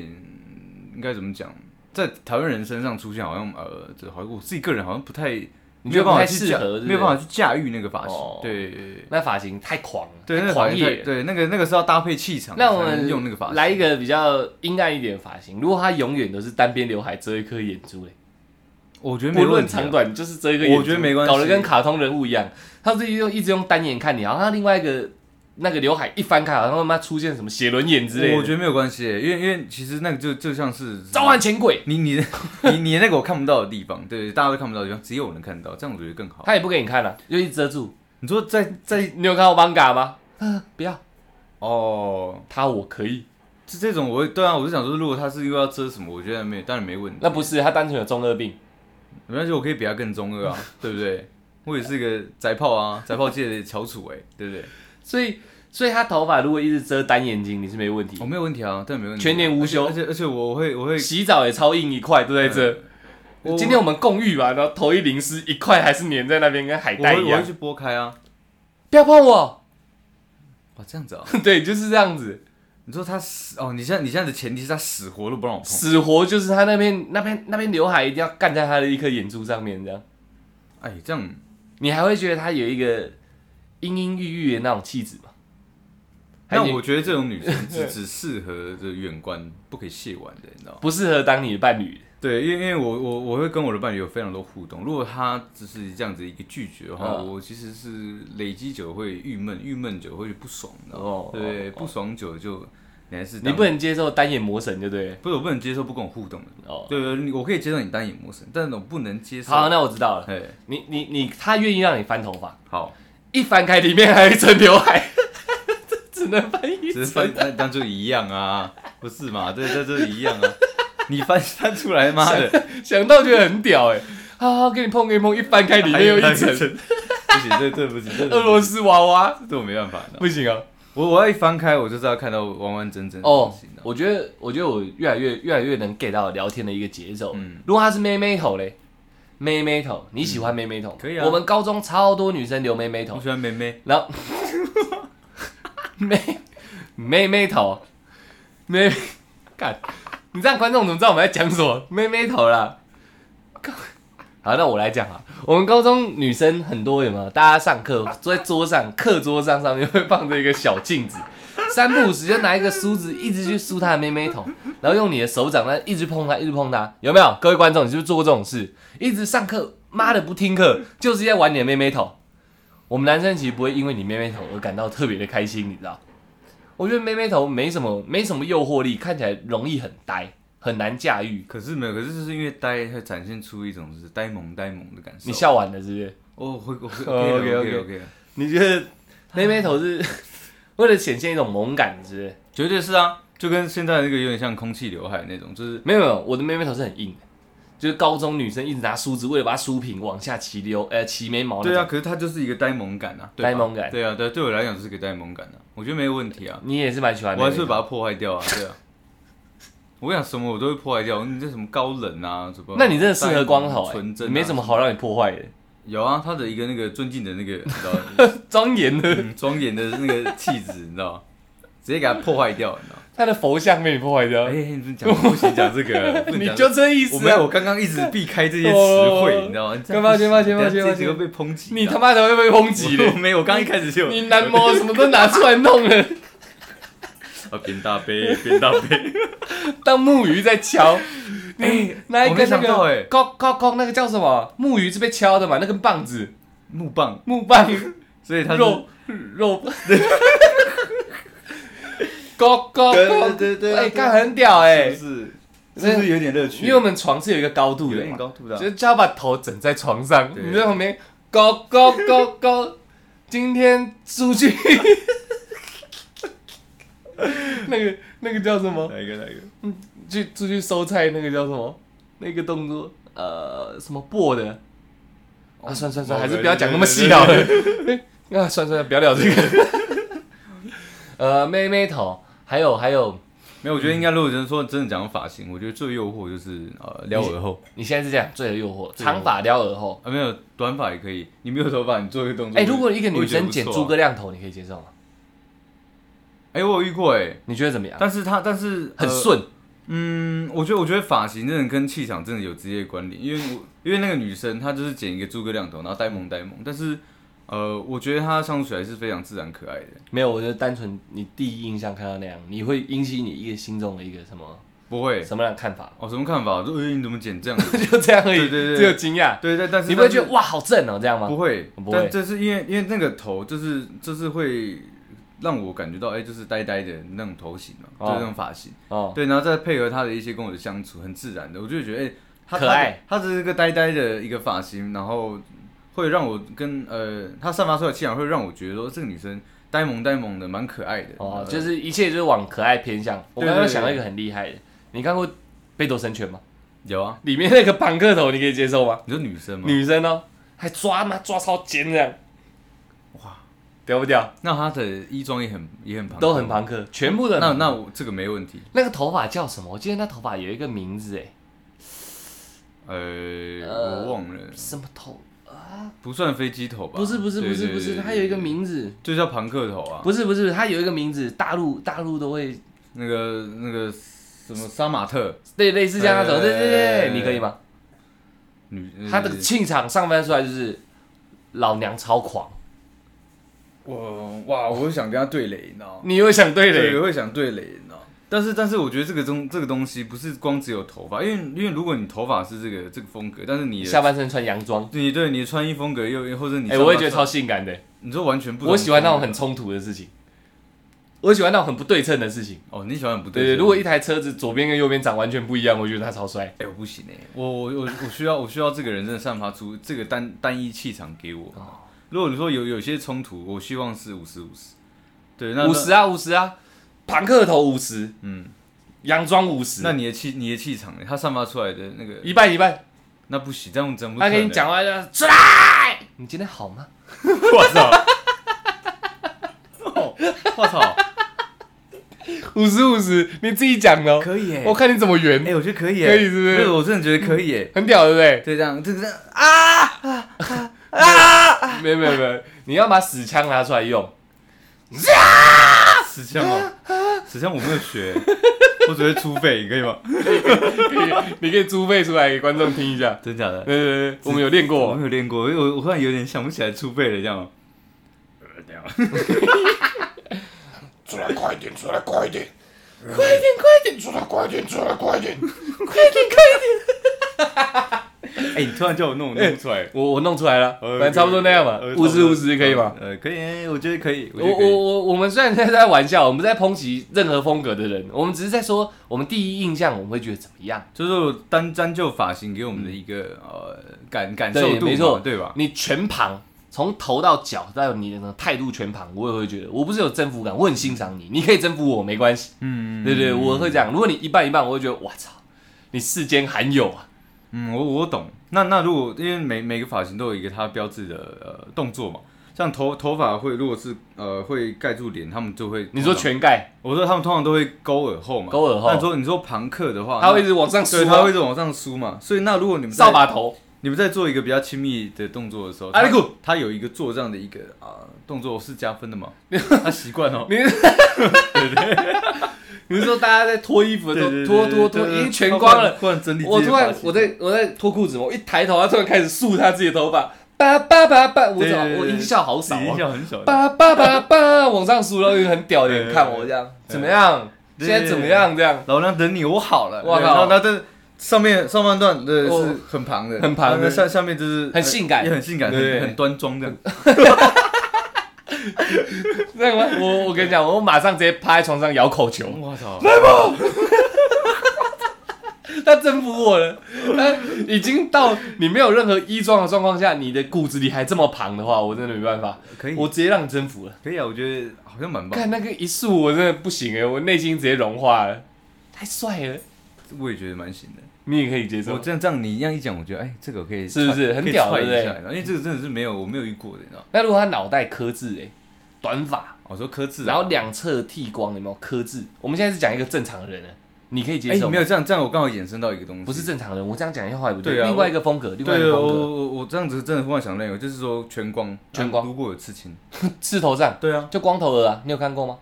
[SPEAKER 2] 应该怎么讲？在台湾人身上出现，好像呃，这好像我自己个人好像不太
[SPEAKER 1] 你
[SPEAKER 2] 没有办
[SPEAKER 1] 觉得不太
[SPEAKER 2] 法去
[SPEAKER 1] 适
[SPEAKER 2] 驾
[SPEAKER 1] 合是不是
[SPEAKER 2] 没有办法去驾驭那个发型
[SPEAKER 1] 哦。
[SPEAKER 2] 对对对
[SPEAKER 1] 那发型太狂了，
[SPEAKER 2] 对，那
[SPEAKER 1] 太
[SPEAKER 2] 个发
[SPEAKER 1] 狂
[SPEAKER 2] 型太
[SPEAKER 1] 野了。
[SPEAKER 2] 对那个那个是要搭配气场，
[SPEAKER 1] 那我
[SPEAKER 2] 才能
[SPEAKER 1] 们
[SPEAKER 2] 用那个发型
[SPEAKER 1] 来一个比较阴暗一点的发型。如果他永远都是单边刘海遮一颗眼珠嘞，欸
[SPEAKER 2] 我觉得
[SPEAKER 1] 不
[SPEAKER 2] 没
[SPEAKER 1] 论
[SPEAKER 2] 问题啊
[SPEAKER 1] 长短，就是遮一个眼珠，
[SPEAKER 2] 我觉得没关系
[SPEAKER 1] 搞得跟卡通人物一样。他自己用一直用单眼看你，然后他另外一个那个刘海一翻开，好像他妈出现什么写轮眼之类的。
[SPEAKER 2] 我觉得没有关系，因为因为其实那个就就像是
[SPEAKER 1] 召唤钱鬼，
[SPEAKER 2] 你你你你那个我看不到的地方，对，大家都看不到的地方，只有我能看到，这样我觉得更好。
[SPEAKER 1] 他也不给你看了、就一直遮住。
[SPEAKER 2] 你说在在
[SPEAKER 1] 你有看过 manga 吗？啊不要，
[SPEAKER 2] 哦，
[SPEAKER 1] 他我可以。
[SPEAKER 2] 这这种我会对啊，我就想说，如果他是又要遮什么，我觉得没有，当然没问题。
[SPEAKER 1] 那不是他单纯有中二病。
[SPEAKER 2] 没关系，我可以比他更中二啊，对不对？我也是一个宅
[SPEAKER 1] (laughs)
[SPEAKER 2] 炮啊，宅炮界的翘楚哎、对不对？
[SPEAKER 1] 所以，所以他头发如果一直遮单眼睛，你是没问题
[SPEAKER 2] 我、。没有问题啊，但没问题，
[SPEAKER 1] 全年无休
[SPEAKER 2] 而且而且而且我会我会，
[SPEAKER 1] 洗澡也超硬一块，都在这。
[SPEAKER 2] 我
[SPEAKER 1] 今天我们共浴吧，然后头一淋湿，一块还是粘在那边，跟海
[SPEAKER 2] 我
[SPEAKER 1] 带
[SPEAKER 2] 会
[SPEAKER 1] 一
[SPEAKER 2] 我
[SPEAKER 1] 样
[SPEAKER 2] 会。去拨开啊，
[SPEAKER 1] 不要碰我！ (laughs)
[SPEAKER 2] 哇这样子啊，
[SPEAKER 1] 对，就是这样子，
[SPEAKER 2] 你说他死哦，你现在你现在的前提是他死活都不让我碰，
[SPEAKER 1] 死活就是他那边那边那边刘海一定要干在他的一颗眼珠上面，这样
[SPEAKER 2] 哎，这样
[SPEAKER 1] 你还会觉得他有一个阴阴郁郁的那种气质吧？还
[SPEAKER 2] 那
[SPEAKER 1] 有
[SPEAKER 2] 我觉得这种女 (laughs) 生只只适合这远观，不可以亵玩的，你知道吗？
[SPEAKER 1] 不适合当你的伴侣。
[SPEAKER 2] 对，因为因为我我我会跟我的伴侣有非常多互动，如果他只是这样子一个拒绝的话，
[SPEAKER 1] 嗯
[SPEAKER 2] 我其实是累积久会郁闷，郁闷久会不爽的，
[SPEAKER 1] 哦
[SPEAKER 2] 对，
[SPEAKER 1] 哦
[SPEAKER 2] 不爽久就你还是
[SPEAKER 1] 你
[SPEAKER 2] 当
[SPEAKER 1] 不能接受单眼魔神，就对了。
[SPEAKER 2] 不是我不能接受不跟我互动的，
[SPEAKER 1] 哦，
[SPEAKER 2] 对对，你我可以接受你单眼模式，但我不能接受，
[SPEAKER 1] 好，那我知道了。
[SPEAKER 2] 哎，
[SPEAKER 1] 你你你，他愿意让你翻头发，
[SPEAKER 2] 好， (laughs)
[SPEAKER 1] 一翻开里面还有一层刘海， (laughs) 这只能翻一
[SPEAKER 2] 只是
[SPEAKER 1] 层
[SPEAKER 2] 翻。翻翻就一样啊，不是嘛？对，这就一样啊，你翻翻出来，妈的，
[SPEAKER 1] (laughs) 想到觉得很屌哎、好好给你碰给你碰，一翻开里面又一
[SPEAKER 2] 还有 (laughs)
[SPEAKER 1] 层 (laughs)
[SPEAKER 2] 不行，这这不行，这
[SPEAKER 1] 俄罗斯娃娃，
[SPEAKER 2] 这我没办法的。
[SPEAKER 1] 不行啊！
[SPEAKER 2] 我我要一翻开，我就是要看到完完整整的
[SPEAKER 1] 哦
[SPEAKER 2] 东西的。，
[SPEAKER 1] 我觉得我觉得我越来越越来越能 get 到聊天的一个节奏。
[SPEAKER 2] 嗯
[SPEAKER 1] 如果她是妹妹头嘞，妹妹头，你喜欢妹妹头？
[SPEAKER 2] 可以啊
[SPEAKER 1] 我们高中超多女生留妹妹头
[SPEAKER 2] 我，喜欢妹妹，
[SPEAKER 1] 然后 (laughs) 妹妹妹头，妹妹干，你这样观众怎么知道我们在讲什么？妹妹头啦。好，那我来讲啊。我们高中女生很多，有没有？大家上课坐在桌上，课桌上上面会放着一个小镜子，三不五时就拿一个梳子一直去梳她的妹妹头，然后用你的手掌呢一直碰她，一直碰她，有没有？各位观众，你是不是做过这种事？一直上课，妈的不听课，就是在玩你的妹妹头。我们男生其实不会因为你妹妹头而感到特别的开心，你知道？我觉得妹妹头没什么没什么诱惑力，看起来容易很呆，很难驾驭。
[SPEAKER 2] 可是没有，可是就是因为呆，会展现出一种就是呆萌呆萌的感受。
[SPEAKER 1] 你笑完了是不是？
[SPEAKER 2] 哦，会会
[SPEAKER 1] 哦
[SPEAKER 2] OK
[SPEAKER 1] OK，OK
[SPEAKER 2] OK OK，
[SPEAKER 1] 你觉得妹妹头是 (laughs) 为了显现一种萌感，是不是？
[SPEAKER 2] 绝对是啊，就跟现在那个有点像空气刘海那种，就是
[SPEAKER 1] 没有没有，我的妹妹头是很硬的，就是高中女生一直拿梳子为了把它梳平，往下齐溜，呃，齐眉毛那
[SPEAKER 2] 对啊，
[SPEAKER 1] 种。
[SPEAKER 2] 可是它就是一个呆萌感啊，对吧
[SPEAKER 1] 呆萌感
[SPEAKER 2] 对啊，对，对我来讲就是一个呆萌感啊，我觉得没有问题啊，
[SPEAKER 1] 你也是蛮喜欢妹
[SPEAKER 2] 我
[SPEAKER 1] 妹头，
[SPEAKER 2] 还是会把它破坏掉啊，对啊。我想什么我都会破坏掉，你这什么高冷啊，什么？
[SPEAKER 1] 那你真的适合光头、
[SPEAKER 2] 呆萌
[SPEAKER 1] 欸，
[SPEAKER 2] 纯真、啊
[SPEAKER 1] 你没什么。好让你破坏的，
[SPEAKER 2] (laughs)
[SPEAKER 1] (laughs)
[SPEAKER 2] 有啊，他的一个那个尊敬的那个，你知道，
[SPEAKER 1] 庄严的，
[SPEAKER 2] 嗯庄严的那个气质，你知道吗，直接给他破坏掉，
[SPEAKER 1] (laughs)
[SPEAKER 2] 你知道吗。
[SPEAKER 1] 他的佛像被你破坏掉
[SPEAKER 2] 哎、，你不能讲不行讲这
[SPEAKER 1] (laughs)
[SPEAKER 2] 个，不能
[SPEAKER 1] 你
[SPEAKER 2] 讲
[SPEAKER 1] 就这意思、
[SPEAKER 2] 我
[SPEAKER 1] 啊。
[SPEAKER 2] 没有，我刚刚一直避开这些词汇，你知道吗？
[SPEAKER 1] 干嘛干嘛干嘛
[SPEAKER 2] 等下
[SPEAKER 1] 干嘛
[SPEAKER 2] 这集会被抨击，
[SPEAKER 1] 你他妈才会被抨
[SPEAKER 2] 急
[SPEAKER 1] 击
[SPEAKER 2] 了？
[SPEAKER 1] 嘞
[SPEAKER 2] (laughs) 我！没有，我刚一开始就
[SPEAKER 1] 你男模什么都拿出来弄了，
[SPEAKER 2] 啊，变大杯，变大
[SPEAKER 1] (laughs)
[SPEAKER 2] 杯，
[SPEAKER 1] (laughs) 当木鱼在敲。你拿一
[SPEAKER 2] 我没
[SPEAKER 1] 根那
[SPEAKER 2] 想到
[SPEAKER 1] 个
[SPEAKER 2] 欸
[SPEAKER 1] 高高高那个叫什么木鱼是被敲的嘛？那根棒子
[SPEAKER 2] 木棒，
[SPEAKER 1] 木棒
[SPEAKER 2] 所以他
[SPEAKER 1] 肉肉。 (laughs) 高高
[SPEAKER 2] 对
[SPEAKER 1] 高，
[SPEAKER 2] 对对对
[SPEAKER 1] 哎，
[SPEAKER 2] 对
[SPEAKER 1] 干很屌哎
[SPEAKER 2] 是，是
[SPEAKER 1] 是不是
[SPEAKER 2] 有点乐
[SPEAKER 1] 因为我们床是有一个高度
[SPEAKER 2] 有
[SPEAKER 1] 的
[SPEAKER 2] 点
[SPEAKER 1] 嘛，
[SPEAKER 2] 高度的啊，
[SPEAKER 1] 就是叫他把头枕在床上，
[SPEAKER 2] 对
[SPEAKER 1] 你在旁边高高高高，今天出去， (laughs) 那个那个叫什么？
[SPEAKER 2] 哪一个哪一个？
[SPEAKER 1] 去出去收菜那个叫什么？那个动作，呃，什么过的？啊，
[SPEAKER 2] 哦
[SPEAKER 1] 算算算，还是不要讲那么细好了。 (laughs) 啊，算算，不要聊这个。 (laughs) 呃，妹妹头，还有还有，
[SPEAKER 2] 没有，我觉得应该，如果真的说真的讲发型，我觉得最诱惑就是呃撩耳后
[SPEAKER 1] 你现在是这样，罪的诱惑，长发撩耳后。
[SPEAKER 2] 啊，没有短发也可以，你没有头发，你做一个动作。
[SPEAKER 1] 哎、如果一个女生
[SPEAKER 2] 我觉得
[SPEAKER 1] 剪
[SPEAKER 2] 不错啊
[SPEAKER 1] 诸葛，亮头，你可以接受吗？
[SPEAKER 2] 哎，我有遇过哎，
[SPEAKER 1] 你觉得怎么样？
[SPEAKER 2] 但是他但是
[SPEAKER 1] 啊很
[SPEAKER 2] 呃
[SPEAKER 1] 顺，
[SPEAKER 2] 嗯，我觉得我觉得发型真的跟气场真的有直接关联，因为我因为那个女生她就是剪一个诸葛亮头，然后呆萌呆萌，但是呃，我觉得她相处起来是非常自然可爱的，
[SPEAKER 1] 没有，我就单纯你第一印象看到那样，你会引起你一个心中的一个什么
[SPEAKER 2] 不会
[SPEAKER 1] 什么样的看法？ (laughs)
[SPEAKER 2] 哦什么看法？说哎、你怎么剪这样子？
[SPEAKER 1] 就这样而已，
[SPEAKER 2] 对对对
[SPEAKER 1] 只有惊讶，
[SPEAKER 2] 对，但但是
[SPEAKER 1] 你不会
[SPEAKER 2] 但是
[SPEAKER 1] 觉得哇好正哦这样吗？
[SPEAKER 2] 不会
[SPEAKER 1] 不，会
[SPEAKER 2] 但这是因为因为那个头就是就是会让我感觉到哎、就是呆呆的那种头型嘛，
[SPEAKER 1] 哦
[SPEAKER 2] 就是那种发型，
[SPEAKER 1] 哦，
[SPEAKER 2] 对，然后再配合她的一些跟我的相处，很自然的，我就觉得哎、她
[SPEAKER 1] 可爱，
[SPEAKER 2] 她她只是个呆呆的一个发型，然后会让我跟呃，她散发出来的气场会让我觉得说这个女生呆萌呆萌的，蛮可爱的，
[SPEAKER 1] 哦，
[SPEAKER 2] 呃
[SPEAKER 1] 就是一切就是往可爱偏向。我
[SPEAKER 2] 对对
[SPEAKER 1] 刚刚
[SPEAKER 2] 对
[SPEAKER 1] 想到一个很厉害的，你看过《北斗神拳》吗？
[SPEAKER 2] 有啊，
[SPEAKER 1] (laughs) 里面那个庞克头你可以接受吗？
[SPEAKER 2] 你说女生吗？
[SPEAKER 1] 女生哦，还抓嘛抓超尖这样，哇，屌不屌？
[SPEAKER 2] 那她的衣装也很也很庞，
[SPEAKER 1] 都很。庞克，全部的
[SPEAKER 2] 那那我这个没问题，
[SPEAKER 1] 那个头发叫什么？我记得那头发有一个名字哎，
[SPEAKER 2] 呃，
[SPEAKER 1] 呃
[SPEAKER 2] 我忘了，
[SPEAKER 1] 什么头？
[SPEAKER 2] 不算飞机头吧？
[SPEAKER 1] 不是不是不是不是，它
[SPEAKER 2] 她
[SPEAKER 1] 有一个，名字，
[SPEAKER 2] 就叫庞克头啊，
[SPEAKER 1] 不是不是，它有一个名字，大陆大陆都会
[SPEAKER 2] 那个那个什么杀马特
[SPEAKER 1] 类类似像那种，
[SPEAKER 2] 哎
[SPEAKER 1] 对对对，你可以吗？
[SPEAKER 2] 女，呃
[SPEAKER 1] 他的气场上翻出来就是老娘超狂，
[SPEAKER 2] 我哇，我想跟他对垒，你知道吗？
[SPEAKER 1] 你又想对
[SPEAKER 2] 对，
[SPEAKER 1] 了，
[SPEAKER 2] 我会想对垒，你知道。但是，但是我觉得这个东这个东西不是光只有头发，因为因为如果你头发是这个这个风格，但是你的
[SPEAKER 1] 下半身穿洋装，
[SPEAKER 2] 你对你的穿衣风格又又或者你
[SPEAKER 1] 哎，
[SPEAKER 2] 上
[SPEAKER 1] 我也
[SPEAKER 2] 半
[SPEAKER 1] 觉得
[SPEAKER 2] 身
[SPEAKER 1] 超性感的，
[SPEAKER 2] 你说完全不同
[SPEAKER 1] 我喜欢那种
[SPEAKER 2] 风
[SPEAKER 1] 很冲突的事情，我喜欢那种很不对称的事情。
[SPEAKER 2] 格哦，你喜欢很不
[SPEAKER 1] 对
[SPEAKER 2] 对
[SPEAKER 1] 对，
[SPEAKER 2] 称
[SPEAKER 1] 如果一台车子左边跟右边长完全不一样，我觉得他超帅。
[SPEAKER 2] 哎我不行哎，我我我我需要我需要这个人真的散发出这个单单一气场给我。
[SPEAKER 1] 哦
[SPEAKER 2] 如果你说有有些冲突，我希望是五十五十，对，那
[SPEAKER 1] 五十啊五十啊，庞克头五十，
[SPEAKER 2] 嗯，
[SPEAKER 1] 洋装五十，
[SPEAKER 2] 那你的气你的气场呢，欸它散发出来的那个
[SPEAKER 1] 一半一半。
[SPEAKER 2] 那不行，这样真不
[SPEAKER 1] 他
[SPEAKER 2] 可能。
[SPEAKER 1] 跟你讲话就出来，你今天好吗？
[SPEAKER 2] 我操！我
[SPEAKER 1] (laughs)
[SPEAKER 2] 操！
[SPEAKER 1] 五十五十，你自己讲的哦。
[SPEAKER 2] 可以耶
[SPEAKER 1] 我看你怎么圆
[SPEAKER 2] 哎、，我觉得可以耶、
[SPEAKER 1] 可以是不是嗯
[SPEAKER 2] 对，我真的觉得可以耶、
[SPEAKER 1] 很屌，对不对？
[SPEAKER 2] 对，这样，这个这样啊啊啊啊！
[SPEAKER 1] 没有没有没有，你要把死枪拿出来用。
[SPEAKER 2] 死枪哦，
[SPEAKER 1] 啊
[SPEAKER 2] 死枪我没有学，欸我只会出费，你可以吗？
[SPEAKER 1] 你可以租费出来给观众听一下。
[SPEAKER 2] 真假的？
[SPEAKER 1] 对对对，我们有练
[SPEAKER 2] 我
[SPEAKER 1] 过
[SPEAKER 2] 没。有练过，因为我我忽然有点想不起来出费了，这样。呃这样
[SPEAKER 3] 出来快一点，出来快一点，
[SPEAKER 1] 快一点快一点，
[SPEAKER 3] 出来快一点，出来快一点。
[SPEAKER 1] 快一点快一点！
[SPEAKER 2] (laughs) 哎、你突然叫我弄，我弄不出来。
[SPEAKER 1] 我我弄出来了，
[SPEAKER 2] 呃
[SPEAKER 1] 反正差不多那样吧
[SPEAKER 2] 呃，
[SPEAKER 1] 五十五十可以吧？？
[SPEAKER 2] 呃，可以、我觉得可以。我
[SPEAKER 1] 我
[SPEAKER 2] 觉得可以
[SPEAKER 1] 我我我们虽然现在在玩笑，我们不在抨击任何风格的人，我们只是在说我们第一印象我们会觉得怎么样。
[SPEAKER 2] 就是我单单就发型给我们的一个、呃感感受
[SPEAKER 1] 嗯对
[SPEAKER 2] 度嘛，
[SPEAKER 1] 没错
[SPEAKER 2] 对吧？
[SPEAKER 1] 你全旁从头到脚到你的态度全旁，我也会觉得我不是有征服感，我很欣赏你，你可以征服我没关系，
[SPEAKER 2] 嗯，
[SPEAKER 1] 对对，我会这样。如果你一半一半，我会觉得我操，你世间罕有啊！
[SPEAKER 2] 嗯，我我懂。那那如果因为每每个发型都有一个它标志的呃动作嘛，像头头发会如果是呃会盖住脸，他们就会
[SPEAKER 1] 你说，全盖，
[SPEAKER 2] 我说他们通常都会勾耳后嘛，
[SPEAKER 1] 勾耳后
[SPEAKER 2] 那说你说朋克的话，
[SPEAKER 1] 它会一
[SPEAKER 2] 那
[SPEAKER 1] 直往上
[SPEAKER 2] 对，
[SPEAKER 1] 梳
[SPEAKER 2] 它
[SPEAKER 1] 啊，
[SPEAKER 2] 会一直往上梳嘛。所以那如果你们在
[SPEAKER 1] 扫把头，
[SPEAKER 2] 你们在做一个比较亲密的动作的时候，
[SPEAKER 1] 阿里
[SPEAKER 2] 它
[SPEAKER 1] 古
[SPEAKER 2] 它有一个做这样的一个啊、动作是加分
[SPEAKER 1] (laughs)
[SPEAKER 2] 的嘛？他习惯哦，
[SPEAKER 1] 你是说大家在脱衣服的时候
[SPEAKER 2] 对
[SPEAKER 1] 脱脱脱，已经全光了，，
[SPEAKER 2] 突然整理自己的
[SPEAKER 1] 我突然
[SPEAKER 2] 发型
[SPEAKER 1] 我在我在脱裤子嘛，我一抬头，他突然开始竖他自己的头发，叭叭叭叭，我
[SPEAKER 2] 对
[SPEAKER 1] 怎
[SPEAKER 2] 对
[SPEAKER 1] 么
[SPEAKER 2] 对
[SPEAKER 1] 我音效好少
[SPEAKER 2] 你音
[SPEAKER 1] 啊，
[SPEAKER 2] 效很小，
[SPEAKER 1] 叭叭叭叭往上竖，然后一个很屌的
[SPEAKER 2] 对
[SPEAKER 1] 人
[SPEAKER 2] 对
[SPEAKER 1] 看我这样，
[SPEAKER 2] 对
[SPEAKER 1] 怎么样？
[SPEAKER 2] 对
[SPEAKER 1] 现
[SPEAKER 2] 对
[SPEAKER 1] 在怎么样？这样
[SPEAKER 2] 老娘等你，我好了。
[SPEAKER 1] 哇
[SPEAKER 2] 对
[SPEAKER 1] 靠
[SPEAKER 2] 然后它这上面上半段的
[SPEAKER 1] 哦
[SPEAKER 2] 是很庞的，
[SPEAKER 1] 很庞的
[SPEAKER 2] 那下下面就是
[SPEAKER 1] 很性感
[SPEAKER 2] 也很性感，
[SPEAKER 1] 对
[SPEAKER 2] 很很端庄
[SPEAKER 1] (laughs)
[SPEAKER 2] 这样。
[SPEAKER 1] 这样吗？我我跟你讲，我马上直接趴在床上摇口球，
[SPEAKER 2] 我操！
[SPEAKER 1] 他征服我了。他已经到你没有任何衣装的状况下，你的骨子里还这么庞的话，我真的没办法，
[SPEAKER 2] 可以，
[SPEAKER 1] 我直接让你征服了。
[SPEAKER 2] 可以啊，我觉得好像蛮棒。
[SPEAKER 1] 看那个一束，我真的不行哎、我内心直接融化了，太帅了，
[SPEAKER 2] 我也觉得蛮行的。
[SPEAKER 1] 你也可以接
[SPEAKER 2] 我
[SPEAKER 1] 受。
[SPEAKER 2] 这样这样你一样一讲，我觉得哎，这个我可以
[SPEAKER 1] 啊是不是
[SPEAKER 2] 踹
[SPEAKER 1] 很
[SPEAKER 2] 可以
[SPEAKER 1] 屌
[SPEAKER 2] 踹
[SPEAKER 1] 对不对
[SPEAKER 2] 一下因为这个真的是没有我没有遇过的，你知道吗？
[SPEAKER 1] 那如果他脑袋磕字哎、短发，
[SPEAKER 2] 我说科字啊，
[SPEAKER 1] 然后两侧剃光，有没有磕字？我们现在是讲一个正常人呢，你可以接
[SPEAKER 2] 哎，
[SPEAKER 1] 受吗？
[SPEAKER 2] 没有这样这样，我刚好衍生到一个东西，
[SPEAKER 1] 不是正常人，我这样讲一下话也不
[SPEAKER 2] 对
[SPEAKER 1] 对。
[SPEAKER 2] 啊
[SPEAKER 1] 另外一个风格，另外一
[SPEAKER 2] 对，
[SPEAKER 1] 个
[SPEAKER 2] 我
[SPEAKER 1] 风格，
[SPEAKER 2] 我我这样子真的忽然想到一个，就是说全光
[SPEAKER 1] 全光
[SPEAKER 2] 啊如果有刺青，
[SPEAKER 1] 刺头上
[SPEAKER 2] 对啊，
[SPEAKER 1] 就光头鹅啊，你有看过吗？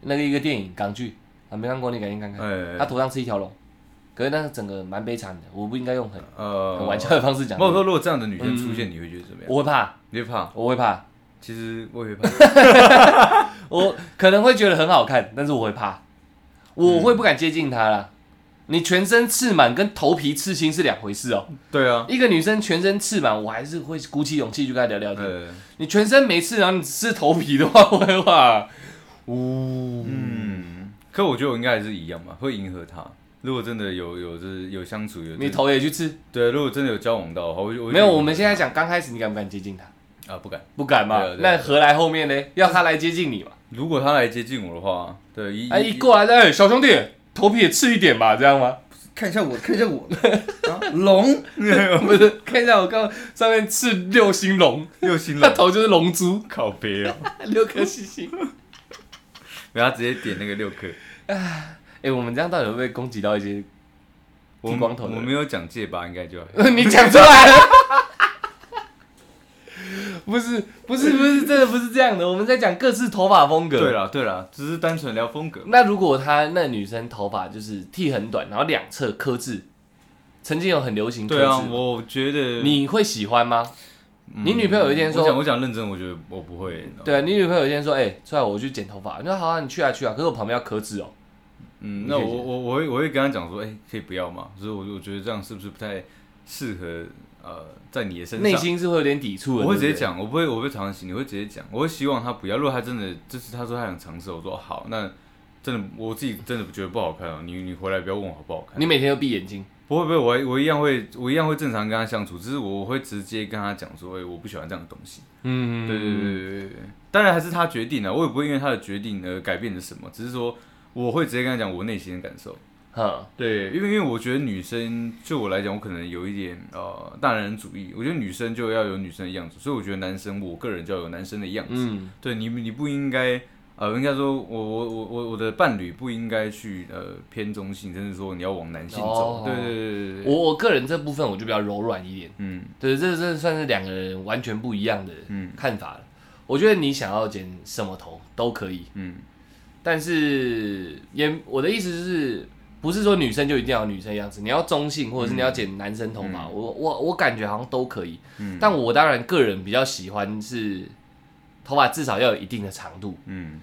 [SPEAKER 1] 那个一个电影港剧，啊，没看过你赶紧看看。
[SPEAKER 2] 哎
[SPEAKER 1] 他头上是一条龙，可是那个整个蛮悲惨的，我不应该用很
[SPEAKER 2] 呃
[SPEAKER 1] 很玩笑的嗯方式讲
[SPEAKER 2] 没。有说，如果这样的女生出现，你会觉得怎么样？
[SPEAKER 1] 我会怕，
[SPEAKER 2] 你会怕？
[SPEAKER 1] 我会怕，
[SPEAKER 2] 其实我也会怕。
[SPEAKER 1] (laughs) 我可能会觉得很好看，但是我会怕，我会不敢接近她啦。你全身刺满跟头皮刺青是两回事哦。
[SPEAKER 2] 对啊，
[SPEAKER 1] 一个女生全身刺满，我还是会鼓起勇气去跟她聊聊天。
[SPEAKER 2] 呃，
[SPEAKER 1] 你全身没刺，然后你只是头皮的话，我会怕。呜、
[SPEAKER 2] 嗯，可我觉得我应该还是一样吧，会迎合她。如果真的有有就是有相处有
[SPEAKER 1] 你头也去刺？
[SPEAKER 2] 对，如果真的有交往到的话，我就
[SPEAKER 1] 没有，我们现在讲刚开始，你敢不敢接近她？
[SPEAKER 2] 在啊不敢。
[SPEAKER 1] 不敢嘛
[SPEAKER 2] 对啊？对啊
[SPEAKER 1] 那何来后面呢？要她来接近你嘛？
[SPEAKER 2] 如果她来接近我的话，对一
[SPEAKER 1] 哎，一过来，哎，小兄弟，头皮也刺一点吧，这样吗？ (laughs)
[SPEAKER 2] 看一下我，看一下我啊龙
[SPEAKER 1] 不是，看一下我刚上面刺六星龙，
[SPEAKER 2] (laughs) 又新
[SPEAKER 1] 那
[SPEAKER 2] 龙
[SPEAKER 1] 头就是龙
[SPEAKER 2] (laughs)
[SPEAKER 1] 珠，
[SPEAKER 2] 靠背哦，
[SPEAKER 1] 六颗星星。
[SPEAKER 2] 然后直接点那个六颗。
[SPEAKER 1] 哎，我们这样到底会不会攻击到一
[SPEAKER 2] 嗯
[SPEAKER 1] 些？
[SPEAKER 2] 我
[SPEAKER 1] 剃光头的人
[SPEAKER 2] 我没有讲戒疤，应该
[SPEAKER 1] (laughs)
[SPEAKER 2] 就
[SPEAKER 1] 你讲出来了。 (laughs) 不是不是不是，真的不是这样的。我们在讲各自头发风格。
[SPEAKER 2] 对啦对啦，只是单纯聊风格。
[SPEAKER 1] 那如果她那女生头发就是剃很短，然后两侧刻字，曾经有很流行刻
[SPEAKER 2] 对啊，
[SPEAKER 1] 字，
[SPEAKER 2] 我觉得
[SPEAKER 1] 你会喜欢吗？
[SPEAKER 2] 嗯
[SPEAKER 1] 你女朋友有一天说
[SPEAKER 2] 我讲我讲认真，我觉得我不会。你知道吗
[SPEAKER 1] 对啊，你女朋友有一天说，哎、出来我去剪头发，你说好啊，你去啊去啊，可是我旁边要刻字哦。
[SPEAKER 2] 嗯，
[SPEAKER 1] 你
[SPEAKER 2] 那
[SPEAKER 1] 可以
[SPEAKER 2] 我
[SPEAKER 1] 讲
[SPEAKER 2] 我我会我会跟他讲说，哎、可以不要嘛。所以我我觉得这样是不是不太适合呃在你的身上？
[SPEAKER 1] 内心是会有点抵触的。
[SPEAKER 2] 我会直
[SPEAKER 1] 对
[SPEAKER 2] 接
[SPEAKER 1] 不对，
[SPEAKER 2] 讲，我不会我不会尝试，你会直接讲，我会希望他不要。如果他真的就是他说他想尝试，我说哦好，那真的我自己真的觉得不好看啊，你你回来不要问我好不好看。
[SPEAKER 1] 你每天都闭眼睛，
[SPEAKER 2] 不会不会，我还我一样会，我一样会正常跟他相处，只是我会直接跟他讲说，哎、我不喜欢这样的东西。
[SPEAKER 1] 嗯，
[SPEAKER 2] 对对对对对对，当然还是他决定的，我也不会因为他的决定而改变了什么，只是说我会直接跟他讲我内心的感受。
[SPEAKER 1] 哼，
[SPEAKER 2] 对，因为因为我觉得女生，就我来讲，我可能有一点呃大男人主义，我觉得女生就要有女生的样子，所以我觉得男生，我个人就要有男生的样子。
[SPEAKER 1] 嗯，
[SPEAKER 2] 对你，你不应该，呃，应该说我，我我我我的伴侣不应该去呃偏中性，甚至说你要往男性
[SPEAKER 1] 哦
[SPEAKER 2] 走。对对对对对，
[SPEAKER 1] 我我个人这部分我就比较柔软一点，
[SPEAKER 2] 嗯
[SPEAKER 1] 对，这这算是两个人完全不一样的
[SPEAKER 2] 嗯
[SPEAKER 1] 看法了。我觉得你想要剪什么头都可以，
[SPEAKER 2] 嗯，
[SPEAKER 1] 但是也我的意思就是，不是说女生就一定要有女生样子，你要中性或者是你要剪男生头发，我我我感觉好像都可以。
[SPEAKER 2] 嗯
[SPEAKER 1] 但我当然个人比较喜欢是头发至少要有一定的长度，
[SPEAKER 2] 嗯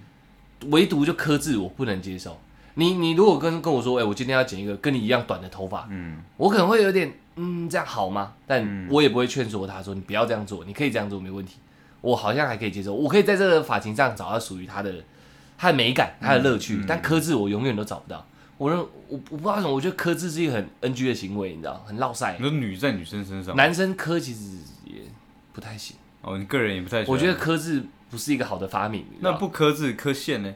[SPEAKER 1] 唯独就刻字我不能接受。你你如果跟跟我说，哎、我今天要剪一个跟你一样短的头发，
[SPEAKER 2] 嗯
[SPEAKER 1] 我可能会有点，嗯，这样好吗？但
[SPEAKER 2] 嗯
[SPEAKER 1] 我也不会劝说他说你不要这样做，你可以这样做没问题。我好像还可以接受，我可以在这个发型上找到属于他的他的美感、他的乐趣。但刻字我永远都找不到。我认我我不知道为什么，我觉得刻字是一个很 NG 的行为，你知道，很落塞
[SPEAKER 2] 你。说女在女生身上，
[SPEAKER 1] 男生刻其实也不太行，
[SPEAKER 2] 哦，你个人也不太喜欢，
[SPEAKER 1] 我觉得刻字不是一个好的发明。你知道
[SPEAKER 2] 那不刻字刻线呢？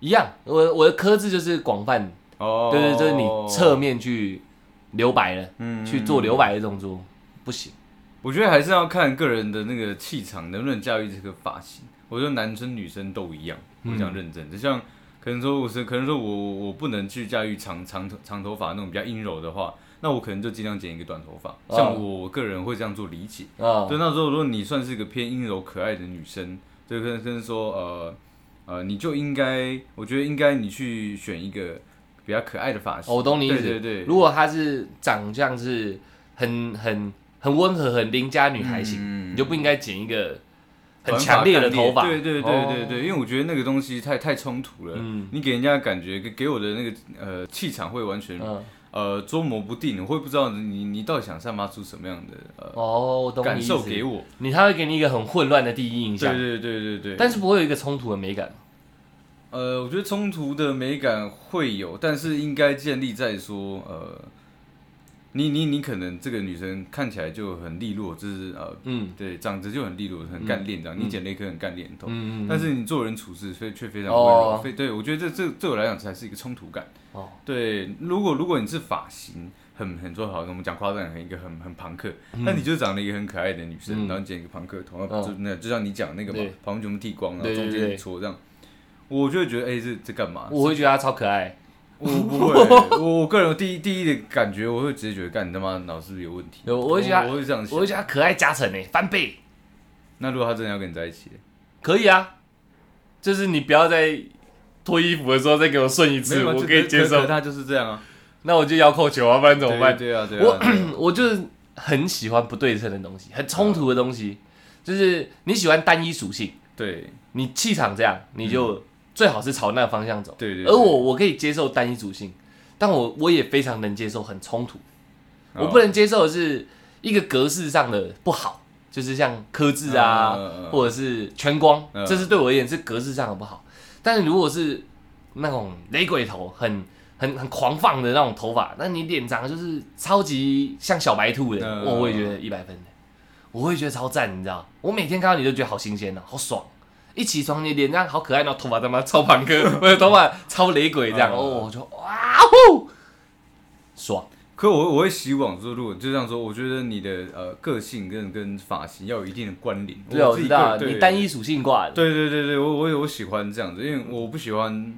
[SPEAKER 1] 一样，我我的刻字就是广泛，
[SPEAKER 2] 哦，
[SPEAKER 1] 对对，就是你侧面去留白了，
[SPEAKER 2] 嗯
[SPEAKER 1] 去做留白的动作不行。
[SPEAKER 2] 我觉得还是要看个人的那个气场能不能驾驭这个发型。我觉得男生女生都一样，
[SPEAKER 1] 嗯
[SPEAKER 2] 我讲认真的，像可能说我是可能说我我我不能去驾驭长长头长头发那种比较阴柔的话，那我可能就尽量剪一个短头发。
[SPEAKER 1] 哦
[SPEAKER 2] 像我我个人会这样做理解。
[SPEAKER 1] 啊、
[SPEAKER 2] 对，那时候如果你算是一个偏阴柔可爱的女生，就跟跟说呃呃，你就应该，我觉得应该你去选一个比较可爱的发型。
[SPEAKER 1] 哦，我懂你意思。
[SPEAKER 2] 对对对，
[SPEAKER 1] 如果她是长相是很很很温和、很邻家女孩型，
[SPEAKER 2] 嗯
[SPEAKER 1] 你就不应该剪一个很
[SPEAKER 2] 短发
[SPEAKER 1] 强烈的
[SPEAKER 2] 干裂
[SPEAKER 1] 头发。
[SPEAKER 2] 对对对对对，
[SPEAKER 1] 哦
[SPEAKER 2] 因为我觉得那个东西太太冲突了，
[SPEAKER 1] 嗯
[SPEAKER 2] 你给人家的感觉给给我的那个呃气场会完全、
[SPEAKER 1] 嗯，
[SPEAKER 2] 呃捉摸不定，我会不知道你你到底想散发出什么样的呃
[SPEAKER 1] 哦，我懂你
[SPEAKER 2] 感
[SPEAKER 1] 意
[SPEAKER 2] 受
[SPEAKER 1] 思。
[SPEAKER 2] 给我。
[SPEAKER 1] 你，他会给你一个很混乱的第一印
[SPEAKER 2] 对
[SPEAKER 1] 象，
[SPEAKER 2] 对对对对，
[SPEAKER 1] 但是不会有一个冲突的美感。
[SPEAKER 2] 呃，我觉得冲突的美感会有，但是应该建立在说，呃，你你你可能这个女生看起来就很利落，就是呃，
[SPEAKER 1] 嗯
[SPEAKER 2] 对，长得就很利落，很干练这样。你剪了一颗很干练的头，
[SPEAKER 1] 嗯，
[SPEAKER 2] 但是你做人处事却却非常温
[SPEAKER 1] 哦
[SPEAKER 2] 柔，非、对我觉得这这对我来讲才是一个冲突感。
[SPEAKER 1] 哦，
[SPEAKER 2] 对，如果如果你是发型很很做好，我们讲夸张，很一个很很朋克，那、你就长了一个很可爱的女生，
[SPEAKER 1] 嗯
[SPEAKER 2] 然后剪一个朋克头，
[SPEAKER 1] 嗯
[SPEAKER 2] 就那就像你讲那个嘛
[SPEAKER 1] 对，
[SPEAKER 2] 旁边全部剃光，然后
[SPEAKER 1] 对对
[SPEAKER 2] 中
[SPEAKER 1] 对
[SPEAKER 2] 间搓这样，我就会觉得哎、这这干嘛？
[SPEAKER 1] 嗯我会觉得她超可爱。 (laughs)
[SPEAKER 2] 我不会，我我个人第一第一的感觉，我会直接觉得干你他妈脑是不是有问题？
[SPEAKER 1] 有我会觉得
[SPEAKER 2] 我会这样
[SPEAKER 1] 我会。
[SPEAKER 2] 想
[SPEAKER 1] 觉得她可爱加成诶、翻倍。
[SPEAKER 2] 那如果他真的要跟你在一起，
[SPEAKER 1] 可以啊，就是你不要再脱衣服的时候再给我顺一 (laughs)
[SPEAKER 2] 没
[SPEAKER 1] 次，
[SPEAKER 2] 有嘛
[SPEAKER 1] 我
[SPEAKER 2] 就
[SPEAKER 1] 可以
[SPEAKER 2] 可
[SPEAKER 1] 接受。
[SPEAKER 2] 可他就是这样啊，
[SPEAKER 1] 那我就摇扣球啊，不然怎么办？
[SPEAKER 2] 对对啊，对
[SPEAKER 1] 我
[SPEAKER 2] 啊对啊， (clears throat)
[SPEAKER 1] (clears throat) 我就是很喜欢不对称的东西，很冲突的东西，就是你喜欢单一属性，
[SPEAKER 2] 对
[SPEAKER 1] 你气场这样，你就最好是朝那个方向走。
[SPEAKER 2] 嗯对对。
[SPEAKER 1] 而我，我可以接受单一属性，但我我也非常能接受很冲突。我不
[SPEAKER 2] 能
[SPEAKER 1] 能接受的是一个格式上的不好，就是像科字啊，
[SPEAKER 2] 嗯嗯嗯嗯
[SPEAKER 1] 或者是全光，
[SPEAKER 2] 嗯
[SPEAKER 1] 这是对我而言是格式上的不好。但是如果是那种雷鬼头，很很很狂放的那种头发，那你脸长得就是超级像小白兔的，
[SPEAKER 2] 嗯
[SPEAKER 1] 我我会觉得一百分的，我会觉得超赞，你知道？我每天看到你都觉得好新鲜哦，好爽。一起床，你脸这样好可爱，然后头发他妈超朋克，我
[SPEAKER 2] (laughs)
[SPEAKER 1] 的头发超雷鬼这样，
[SPEAKER 2] 嗯嗯嗯
[SPEAKER 1] 哦，我就哇呼，爽，
[SPEAKER 2] 可我我会希望说，如果就这样说，我觉得你的呃个性跟跟发型要有一定的关联。
[SPEAKER 1] 对啊，我
[SPEAKER 2] 自
[SPEAKER 1] 知
[SPEAKER 2] 己
[SPEAKER 1] 道，
[SPEAKER 2] 个
[SPEAKER 1] 你
[SPEAKER 2] 对
[SPEAKER 1] 单一属性挂的，
[SPEAKER 2] 对对对对，我我我喜欢这样子，因为我不喜欢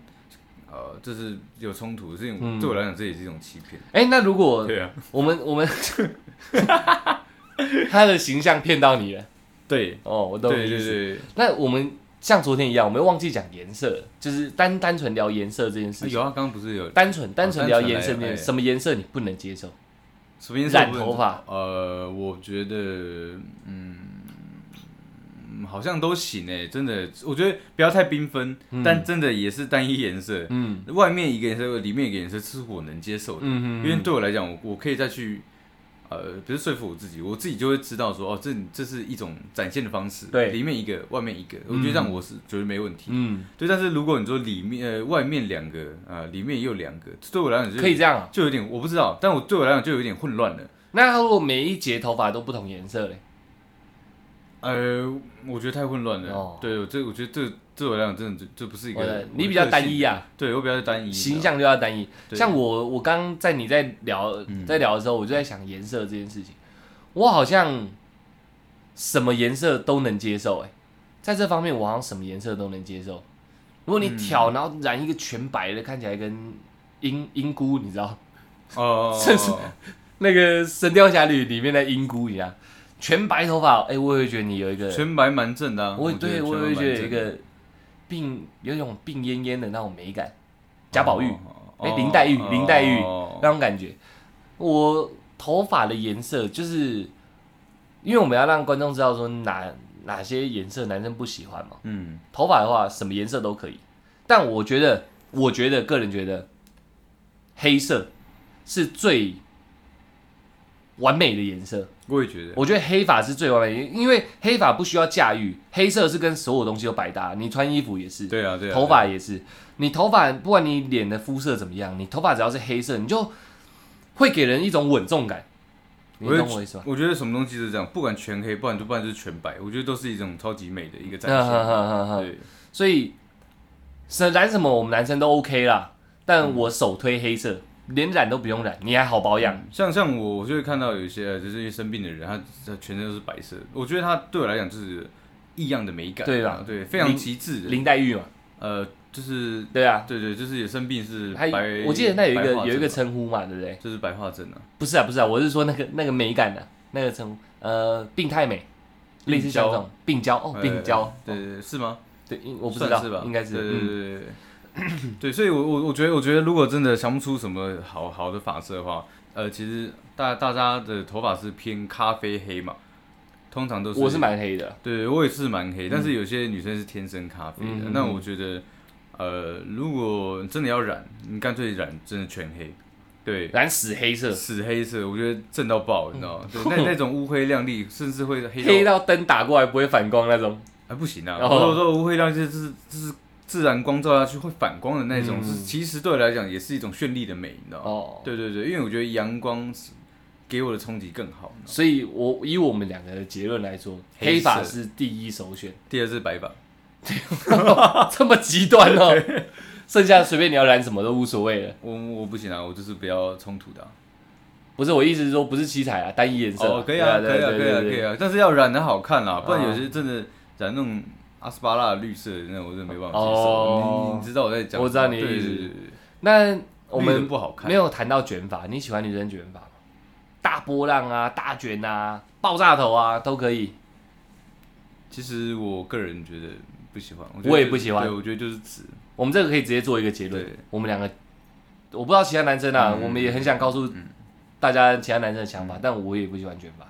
[SPEAKER 2] 呃，就是有冲突，是因为
[SPEAKER 1] 嗯
[SPEAKER 2] 对我来讲这也是一种欺骗。
[SPEAKER 1] 哎、那如果
[SPEAKER 2] 对啊，
[SPEAKER 1] 我们我们 (laughs) 他的形象骗到你了，
[SPEAKER 2] 对
[SPEAKER 1] 哦，我懂
[SPEAKER 2] 对
[SPEAKER 1] 你意
[SPEAKER 2] 对
[SPEAKER 1] 思。
[SPEAKER 2] 对，
[SPEAKER 1] 那我们像昨天一样，我们忘记讲颜色了，就是单单纯聊颜色这件事
[SPEAKER 2] 啊
[SPEAKER 1] 情。
[SPEAKER 2] 有啊，刚刚不是有
[SPEAKER 1] 单纯单纯聊颜色
[SPEAKER 2] 单纯来
[SPEAKER 1] 面，
[SPEAKER 2] 哎
[SPEAKER 1] 什么颜色你不能接受？
[SPEAKER 2] 什么颜色
[SPEAKER 1] 染
[SPEAKER 2] 不能
[SPEAKER 1] 头发？
[SPEAKER 2] 呃，我觉得嗯。嗯好像都行诶、真的，我觉得不要太缤纷，但真的也是单一颜色，
[SPEAKER 1] 嗯
[SPEAKER 2] 外面一个颜色，里面一个颜色，是我能接受的。
[SPEAKER 1] 嗯
[SPEAKER 2] 因为对我来讲，我我可以再去，呃，不是说服我自己，我自己就会知道说，哦，这这是一种展现的方式，
[SPEAKER 1] 对
[SPEAKER 2] 里面一个，外面一个，我觉得这样我是觉得没问题。
[SPEAKER 1] 嗯，
[SPEAKER 2] 对，但是如果你说里面呃外面两个啊、呃里面也有两个，对我来讲就
[SPEAKER 1] 可以这样啊。
[SPEAKER 2] 就有点我不知道，但我对我来讲就有点混乱了。
[SPEAKER 1] 那他如果每一节头发都不同颜色嘞？
[SPEAKER 2] 呃，我觉得太混乱了。
[SPEAKER 1] 哦
[SPEAKER 2] 对，我这我觉得这对我来讲真的这这不是一
[SPEAKER 1] 我的
[SPEAKER 2] 个，
[SPEAKER 1] 你比较单一
[SPEAKER 2] 啊，
[SPEAKER 1] 啊，
[SPEAKER 2] 对我比较单一
[SPEAKER 1] 形。象就要单一。
[SPEAKER 2] 对
[SPEAKER 1] 像我，我刚在你在聊
[SPEAKER 2] 嗯
[SPEAKER 1] 在聊的时候，我就在想颜色这件事情，我好像什么颜色都能接受、欸，在这方面我好像什么颜色都能接受。如果你挑，
[SPEAKER 2] 嗯
[SPEAKER 1] 然后染一个全白的，看起来跟英英姑，你知道 (laughs)
[SPEAKER 2] 哦，
[SPEAKER 1] 甚至那个《神雕侠侣》里面的英姑一样，全白头发，哎、我也会觉得你有一个，
[SPEAKER 2] 全白蛮正的、啊。
[SPEAKER 1] 我
[SPEAKER 2] 觉得
[SPEAKER 1] 对
[SPEAKER 2] 全
[SPEAKER 1] 我
[SPEAKER 2] 白
[SPEAKER 1] 也会
[SPEAKER 2] 蛮
[SPEAKER 1] 觉得有一
[SPEAKER 2] 正的
[SPEAKER 1] 个病，有一种病恹恹的那种美感，贾宝玉。
[SPEAKER 2] 哦，
[SPEAKER 1] 哎林黛玉
[SPEAKER 2] 哦
[SPEAKER 1] 林黛玉
[SPEAKER 2] 哦
[SPEAKER 1] 那种感觉。我头发的颜色就是，因为我们要让观众知道说哪哪些颜色男生不喜欢嘛。
[SPEAKER 2] 嗯，
[SPEAKER 1] 头发的话，什么颜色都可以，但我觉得，我觉得个人觉得，黑色是最完美的颜色。
[SPEAKER 2] 我也觉得，
[SPEAKER 1] 我觉得黑发是最完美的，因为黑发不需要驾驭，黑色是跟所有东西都百搭，你穿衣服也是，
[SPEAKER 2] 对啊，对啊，
[SPEAKER 1] 头发也是，你头发不管你脸的肤色怎么样，你头发只要是黑色，你就会给人一种稳重感。你
[SPEAKER 2] 我觉得
[SPEAKER 1] 懂我意思吧？
[SPEAKER 2] 我觉得什么东西都是这样，不管全黑，不然就不然就是全白，我觉得都是一种超级美的一个展
[SPEAKER 1] 嗯哼
[SPEAKER 2] 现。
[SPEAKER 1] 哼哼哼
[SPEAKER 2] 对，
[SPEAKER 1] 所以是染什么我们男生都 OK 啦，
[SPEAKER 2] 嗯
[SPEAKER 1] 但我首推黑色，连染都不用染，你还好保养。
[SPEAKER 2] 像像我，我就会看到有一些呃就是一些生病的人，他他全身都是白色，我觉得他对我来讲就是异样的美感，
[SPEAKER 1] 对啦
[SPEAKER 2] 啊，对，非常
[SPEAKER 1] 林
[SPEAKER 2] 极致的，
[SPEAKER 1] 林黛玉嘛，
[SPEAKER 2] 呃，就是
[SPEAKER 1] 对啊，
[SPEAKER 2] 对对，就是有生病是
[SPEAKER 1] 还
[SPEAKER 2] 白，
[SPEAKER 1] 我记得那有一
[SPEAKER 2] 白
[SPEAKER 1] 个
[SPEAKER 2] 化症
[SPEAKER 1] 有一个
[SPEAKER 2] 嘛
[SPEAKER 1] 称呼嘛，对不对？
[SPEAKER 2] 就是白化症啊，
[SPEAKER 1] 不是啊，不是啊，我是说那个那个美感的、啊那个称呼，呃，病态美，类似像这种病娇哦，病娇，
[SPEAKER 2] 呃对对对是吗？
[SPEAKER 1] 对，因我不知
[SPEAKER 2] 算
[SPEAKER 1] 道，
[SPEAKER 2] 是吧，
[SPEAKER 1] 应该是，
[SPEAKER 2] 对
[SPEAKER 1] 嗯
[SPEAKER 2] 对对 (coughs) 对对对，所以我我我觉得我觉得如果真的想不出什么好好的发色的话，呃，其实大大家的头发是偏咖啡黑嘛，通常都是
[SPEAKER 1] 我是蛮黑的。
[SPEAKER 2] 对我也是蛮黑，但是有些女生是天生咖啡的，
[SPEAKER 1] 嗯
[SPEAKER 2] 那我觉得呃，如果真的要染，你干脆染真的全黑，对。
[SPEAKER 1] 染死黑色，
[SPEAKER 2] 死黑色，我觉得正到爆，你知道吗？对，
[SPEAKER 1] (laughs)
[SPEAKER 2] 那那种乌黑亮丽，甚至会黑
[SPEAKER 1] 嗯
[SPEAKER 2] 到
[SPEAKER 1] 黑到灯打过来不会反光那种。
[SPEAKER 2] 啊，不行啊！
[SPEAKER 1] 哦
[SPEAKER 2] 我说乌黑亮就是就是就是自然光照下去会反光的那种，
[SPEAKER 1] 嗯
[SPEAKER 2] 是其实对我来讲也是一种绚丽的美，你知道吗？
[SPEAKER 1] 哦，
[SPEAKER 2] 对对对，因为我觉得阳光是给我的冲击更好。你知道吗
[SPEAKER 1] 所以我以我们两个的结论来说，黑
[SPEAKER 2] 黑色
[SPEAKER 1] 发是第一首选， (laughs)
[SPEAKER 2] 第二是白发，
[SPEAKER 1] 这么极端哦。剩下随便你要染什么都无所谓了。
[SPEAKER 2] 我我不行啊，我就是比较冲突的啊、
[SPEAKER 1] 不是我意思是说，不是七彩啊，单一颜色啊。
[SPEAKER 2] 哦，可以
[SPEAKER 1] 啊，
[SPEAKER 2] 啊，可以啊，可以啊，可以
[SPEAKER 1] 啊。
[SPEAKER 2] 啊，但是要染的好看啦，不然
[SPEAKER 1] 哦
[SPEAKER 2] 有些真的染那种阿斯巴拉绿色的那种，我真的没办法接
[SPEAKER 1] 哦
[SPEAKER 2] 受。你你知道我在讲什么？
[SPEAKER 1] 我知道你的
[SPEAKER 2] 对
[SPEAKER 1] 意思
[SPEAKER 2] 对对对对
[SPEAKER 1] 那我
[SPEAKER 2] 绿
[SPEAKER 1] 们
[SPEAKER 2] 的不好看
[SPEAKER 1] 没有谈到卷发，你喜欢女生卷发吗？大波浪啊，大卷啊，爆炸头啊，都可以。
[SPEAKER 2] 其实我个人觉得不喜欢，我觉得
[SPEAKER 1] 我也不喜欢
[SPEAKER 2] 对，我觉得就是直，
[SPEAKER 1] 我们这个可以直接做一个结论
[SPEAKER 2] 对，
[SPEAKER 1] 我们两个，我不知道其他男生啊，
[SPEAKER 2] 嗯
[SPEAKER 1] 我们也很想告诉大家其他男生的想法，但我也不喜欢卷发。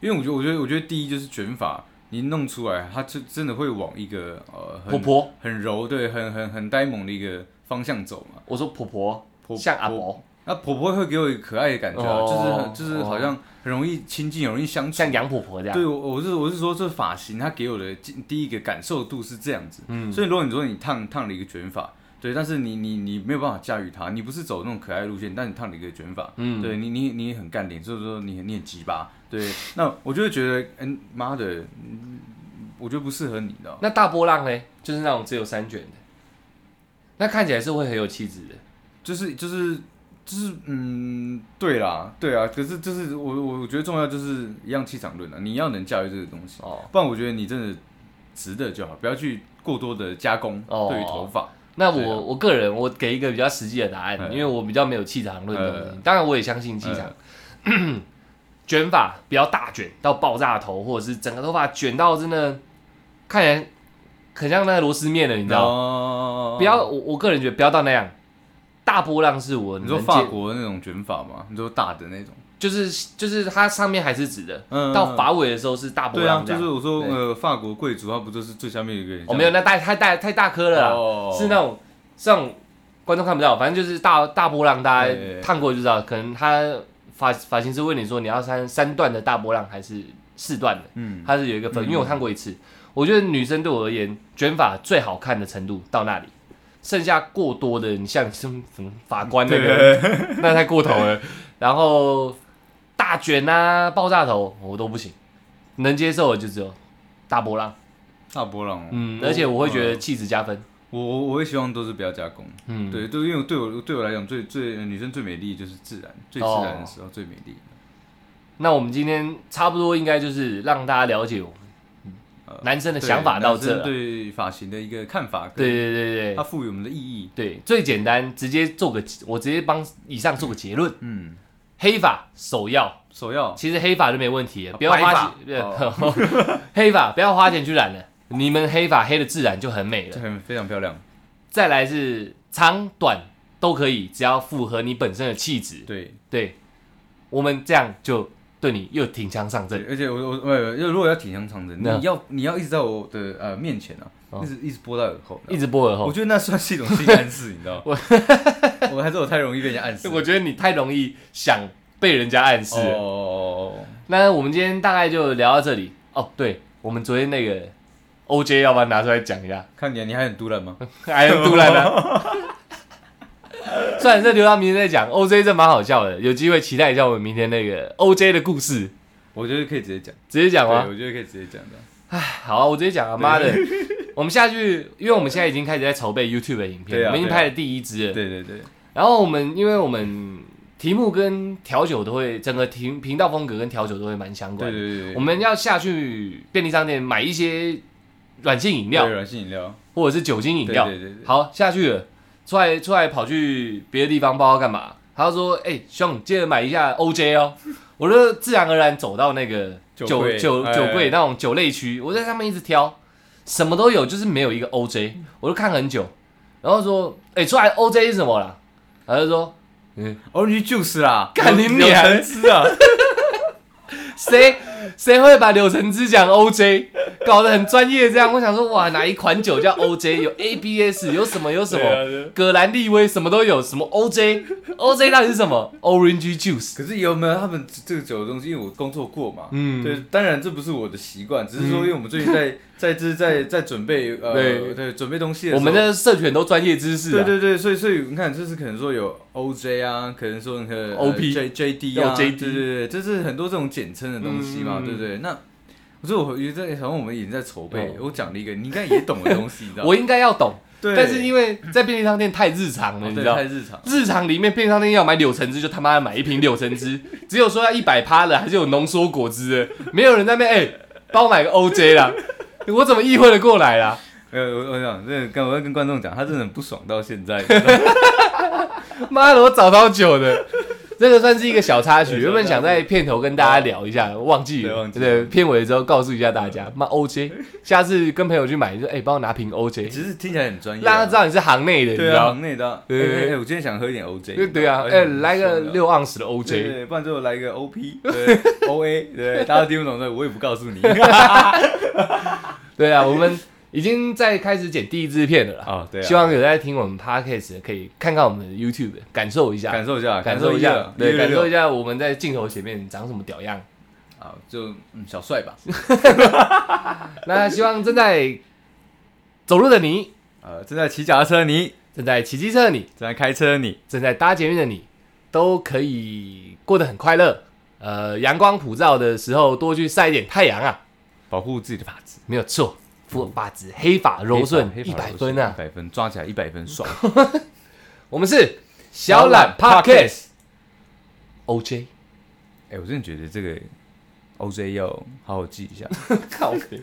[SPEAKER 2] 因为我觉得，我觉得，我觉得第一就是卷发，你弄出来，它就真的会往一个呃很
[SPEAKER 1] 婆婆，
[SPEAKER 2] 很柔，对，很很很呆萌的一个方向走嘛。
[SPEAKER 1] 我说婆婆
[SPEAKER 2] 婆
[SPEAKER 1] 像阿
[SPEAKER 2] 婆
[SPEAKER 1] 伯，
[SPEAKER 2] 那婆婆会给我一个可爱的感觉、啊，
[SPEAKER 1] 哦
[SPEAKER 2] 就是很就是好像很容易亲近，很容易相处啊
[SPEAKER 1] 像。杨婆婆这样。
[SPEAKER 2] 对，我我是我是说，这发型它给我的第第一个感受度是这样子。嗯，所以如果你说你烫烫了一个卷发，对，但是你你你没有办法驾驭它，你不是走那种可爱路线，但你烫了一个卷发，
[SPEAKER 1] 嗯
[SPEAKER 2] 对你你你很干练，所以说你很你很鸡巴。对，那我就会觉得，嗯，妈的，嗯我觉得不适合你的。
[SPEAKER 1] 那大波浪嘞，就是那种只有三卷的，那看起来是会很有气质的。
[SPEAKER 2] 就是就是就是嗯，对啦，对啊，可是就是我我我觉得重要就是一样气场论啊，你要能驾驭这个东西，
[SPEAKER 1] 哦
[SPEAKER 2] 不然我觉得你真的直的就好，不要去过多的加工
[SPEAKER 1] 哦
[SPEAKER 2] 对于头发，
[SPEAKER 1] 那
[SPEAKER 2] 对啊
[SPEAKER 1] 我我个人，我给一个比较实际的答案，
[SPEAKER 2] 嗯
[SPEAKER 1] 因为我比较没有气场论的东西
[SPEAKER 2] 嗯。
[SPEAKER 1] 当然，我也相信气
[SPEAKER 2] 呃
[SPEAKER 1] 场。卷发比较大卷到爆炸头，或者是整个头发卷到真的看起来很像那个螺丝面的，你
[SPEAKER 2] 你
[SPEAKER 1] 知道吗？
[SPEAKER 2] 吗
[SPEAKER 1] 不要，我我个人觉得不要到那样。大波浪是我
[SPEAKER 2] 哦你说
[SPEAKER 1] 能
[SPEAKER 2] 法
[SPEAKER 1] 接，
[SPEAKER 2] 国那种卷发嘛，你说大的那种，
[SPEAKER 1] 就是就是它上面还是直的，
[SPEAKER 2] 嗯
[SPEAKER 1] 到发尾的时候是大波
[SPEAKER 2] 对啊
[SPEAKER 1] 浪，这
[SPEAKER 2] 就是
[SPEAKER 1] 样。
[SPEAKER 2] 我说
[SPEAKER 1] 对
[SPEAKER 2] 呃，法国贵族他不就是最下面有一个人像，
[SPEAKER 1] 我没有，那大太大太大颗了啊，
[SPEAKER 2] 哦
[SPEAKER 1] 是那种这种观众看不到，反正就是大大波浪，大家
[SPEAKER 2] 对
[SPEAKER 1] 看过就知道。可能他发发型师问你说你要三三段的大波浪还是四段的，
[SPEAKER 2] 嗯，
[SPEAKER 1] 他是有一个分，因为我看过一次，我觉得女生对我而言卷发最好看的程度到那里，剩下过多的你像什么什么法官那个，
[SPEAKER 2] 对，
[SPEAKER 1] (laughs) 那太过头了。然后大卷啊、爆炸头我都不行，能接受的就只有大波浪，
[SPEAKER 2] 大波浪哦，
[SPEAKER 1] 嗯，而且我会觉得
[SPEAKER 2] 嗯，
[SPEAKER 1] 气质加分，
[SPEAKER 2] 我我我会希望都是不要加工。
[SPEAKER 1] 嗯，
[SPEAKER 2] 对，对，因为对我对我来讲，最最呃女生最美丽就是自然，最自然的时
[SPEAKER 1] 哦
[SPEAKER 2] 候最美丽。
[SPEAKER 1] 那我们今天差不多应该就是让大家了解我们
[SPEAKER 2] 呃
[SPEAKER 1] 男生的
[SPEAKER 2] 对
[SPEAKER 1] 想法到
[SPEAKER 2] 男生
[SPEAKER 1] 这了。
[SPEAKER 2] 对发型的一个看法，
[SPEAKER 1] 对，对对
[SPEAKER 2] 它
[SPEAKER 1] 对
[SPEAKER 2] 赋予我们的意义。
[SPEAKER 1] 对，最简单，直接做个，我直接帮以上做个结论：
[SPEAKER 2] 嗯，
[SPEAKER 1] 黑发首要。
[SPEAKER 2] 首要
[SPEAKER 1] 其实黑发就没问题了，
[SPEAKER 2] 啊
[SPEAKER 1] 不要花钱。
[SPEAKER 2] 白发
[SPEAKER 1] (laughs) 黑发不要花钱去染了，你们黑发黑的自然就很美
[SPEAKER 2] 这
[SPEAKER 1] 了。
[SPEAKER 2] 很非常漂亮，
[SPEAKER 1] 再来是长短都可以，只要符合你本身的气质。
[SPEAKER 2] 对，
[SPEAKER 1] 对，我们这样就对你又挺枪上阵
[SPEAKER 2] 对。而且我我我如果要挺香长针，
[SPEAKER 1] 那
[SPEAKER 2] 你要你要一直在我的呃面前啊，
[SPEAKER 1] 哦
[SPEAKER 2] 一直一直拨到耳后，
[SPEAKER 1] 一直哦播耳后
[SPEAKER 2] 啊我，觉得那算是一种性暗示，你知道吗？ (laughs) 我还是我太容易被人家暗
[SPEAKER 1] (laughs)
[SPEAKER 2] 示，
[SPEAKER 1] 我觉得你太容易想被人家暗示了。
[SPEAKER 2] 哦，
[SPEAKER 1] 那我们今天大概就聊到这里哦。对，我们昨天那个 OJ 要不要拿出来讲一下？
[SPEAKER 2] 看你啊你还很突然吗？
[SPEAKER 1] (laughs) 还
[SPEAKER 2] (laughs)
[SPEAKER 1] 很突然了。 (laughs) 虽然这留到明天再讲，OJ 这蛮好笑的，有机会期待一下我们明天那个 OJ 的故事。
[SPEAKER 2] 我觉得可以直接讲，
[SPEAKER 1] 直接讲
[SPEAKER 2] 对，
[SPEAKER 1] 吗？
[SPEAKER 2] 我觉得可以直接讲的。
[SPEAKER 1] 好啊，我直接讲啊！妈的，我们下去，因为我们现在已经开始在筹备 YouTube 的影片，
[SPEAKER 2] 对啊
[SPEAKER 1] 我们已经
[SPEAKER 2] 对啊
[SPEAKER 1] 拍了第一支了。
[SPEAKER 2] 对对对，
[SPEAKER 1] 然后我们，因为我们题目跟调酒都会，整个频频道风格跟调酒都会蛮相关
[SPEAKER 2] 对
[SPEAKER 1] 的。
[SPEAKER 2] 对对，
[SPEAKER 1] 我们要下去便利商店买一些软性饮料
[SPEAKER 2] 对软性饮料，
[SPEAKER 1] 或者是酒精饮料。
[SPEAKER 2] 对对对对
[SPEAKER 1] 好，下去了，出来出来跑去别的地方，不知道干嘛。他就说：“哎、兄，记得买一下 OJ 哦。” (laughs) 我就自然而然走到那个
[SPEAKER 2] 酒
[SPEAKER 1] 酒
[SPEAKER 2] 柜
[SPEAKER 1] 酒
[SPEAKER 2] 哎
[SPEAKER 1] 酒柜那种酒类区，我在上面一直挑，什么都有，就是没有一个 OJ。我就看很久，然后说：“哎、出来 OJ 是什么啦？”他就说
[SPEAKER 2] orange juice 啦，
[SPEAKER 1] 干你
[SPEAKER 2] 柳
[SPEAKER 1] 娘
[SPEAKER 2] 橙
[SPEAKER 1] (laughs)
[SPEAKER 2] 汁啊，：“
[SPEAKER 1] 谁谁会把柳橙汁讲 OJ 搞得很专业？”这样，我想说：“哇，哪一款酒叫 OJ？有 ABS，有什么有什么？”
[SPEAKER 2] 对啊？
[SPEAKER 1] 葛兰利威什么都有，什么 OJ，OJ 到底是什么？Orange juice。
[SPEAKER 2] 可是有没有他们这个酒的东西？因为我工作过嘛，
[SPEAKER 1] 嗯
[SPEAKER 2] 对，当然这不是我的习惯，只是说因为我们最
[SPEAKER 1] (laughs)
[SPEAKER 2] 近在在这在在准备呃
[SPEAKER 1] 对
[SPEAKER 2] 对准备东西的时
[SPEAKER 1] 我
[SPEAKER 2] 候，
[SPEAKER 1] 们的社群都专业知识、啊，
[SPEAKER 2] 对对对，所以所以你看，就是可能说有 OJ 啊，可能说那个
[SPEAKER 1] OP
[SPEAKER 2] J JD 啊，
[SPEAKER 1] 有
[SPEAKER 2] 对
[SPEAKER 1] JD
[SPEAKER 2] 对对，就是很多这种简称的东西嘛，
[SPEAKER 1] 哦嗯
[SPEAKER 2] 对不对？那我说我觉得好像我们已经在筹备
[SPEAKER 1] 哦，
[SPEAKER 2] 我讲了一个你应该也懂的东西，你知道吗？
[SPEAKER 1] (laughs) 我应该要懂，
[SPEAKER 2] 对，
[SPEAKER 1] 但是因为在便利商店太日常了，
[SPEAKER 2] 哦
[SPEAKER 1] 你
[SPEAKER 2] 对
[SPEAKER 1] 知道
[SPEAKER 2] 太。日常。
[SPEAKER 1] 日常里面便利商店要买柳橙汁，就他妈买一瓶柳橙汁。 (laughs) 只有说要一百趴的，还是有浓缩果汁的，没有人在那边哎、帮我买个 OJ 啦，我怎么意会的过来啦？
[SPEAKER 2] 呃，我我想，这跟我要
[SPEAKER 1] (laughs)
[SPEAKER 2] 跟观众讲，他真的很不爽到现在。
[SPEAKER 1] 妈的，我找到酒的。这个算是一个小插曲，
[SPEAKER 2] 对
[SPEAKER 1] 原本想在片头跟大家聊一下，忘记
[SPEAKER 2] 对
[SPEAKER 1] 了，
[SPEAKER 2] 忘记
[SPEAKER 1] 对，片尾之后告诉一下大家，妈 OJ，下次跟朋友去买，就哎帮我拿瓶 OJ，
[SPEAKER 2] 只是听起来很专业
[SPEAKER 1] 让
[SPEAKER 2] 啊，
[SPEAKER 1] 他知道你是行内的，你知
[SPEAKER 2] 对啊，
[SPEAKER 1] 道吗？
[SPEAKER 2] 行内的啊，
[SPEAKER 1] 对对
[SPEAKER 2] 哎
[SPEAKER 1] 对
[SPEAKER 2] 哎我今天想喝一点 OJ，
[SPEAKER 1] 对对啊，
[SPEAKER 2] 而且
[SPEAKER 1] 哎
[SPEAKER 2] 很
[SPEAKER 1] 来个
[SPEAKER 2] 爽的
[SPEAKER 1] 六盎司的
[SPEAKER 2] 对
[SPEAKER 1] OJ，
[SPEAKER 2] 对，不然最后来一个
[SPEAKER 1] (laughs)
[SPEAKER 2] OP，对 OA，对，大家听不懂的我也不告诉你
[SPEAKER 1] 对啊，我们已经在开始剪第一支片了啦。
[SPEAKER 2] 啊，对啊，
[SPEAKER 1] 希望有在听我们 podcast 的可以看看我们的 YouTube，感受一下，
[SPEAKER 2] 感受一下，
[SPEAKER 1] 感受一下，对，感受一
[SPEAKER 2] 下
[SPEAKER 1] 下我们在镜头前面长什么屌样。
[SPEAKER 2] 啊，就嗯小帅吧，
[SPEAKER 1] 那希望正在走路的你，
[SPEAKER 2] 呃，正在骑脚踏车的你，
[SPEAKER 1] 正在骑机车的你，
[SPEAKER 2] 正在开车的你，
[SPEAKER 1] 正在搭捷运的你，都可以过得很快乐。呃，阳光普照的时候，多去晒一点太阳啊，
[SPEAKER 2] 保护自己的发质，
[SPEAKER 1] 没有错。肤发质嗯黑发柔顺，一百分
[SPEAKER 2] 一
[SPEAKER 1] 啊！
[SPEAKER 2] 百分抓起来一百分
[SPEAKER 1] (laughs)
[SPEAKER 2] 爽，
[SPEAKER 1] 我们是小懒 podcast OJ，
[SPEAKER 2] 哎，我真的觉得这个 OJ 要好好记一下。
[SPEAKER 1] 靠北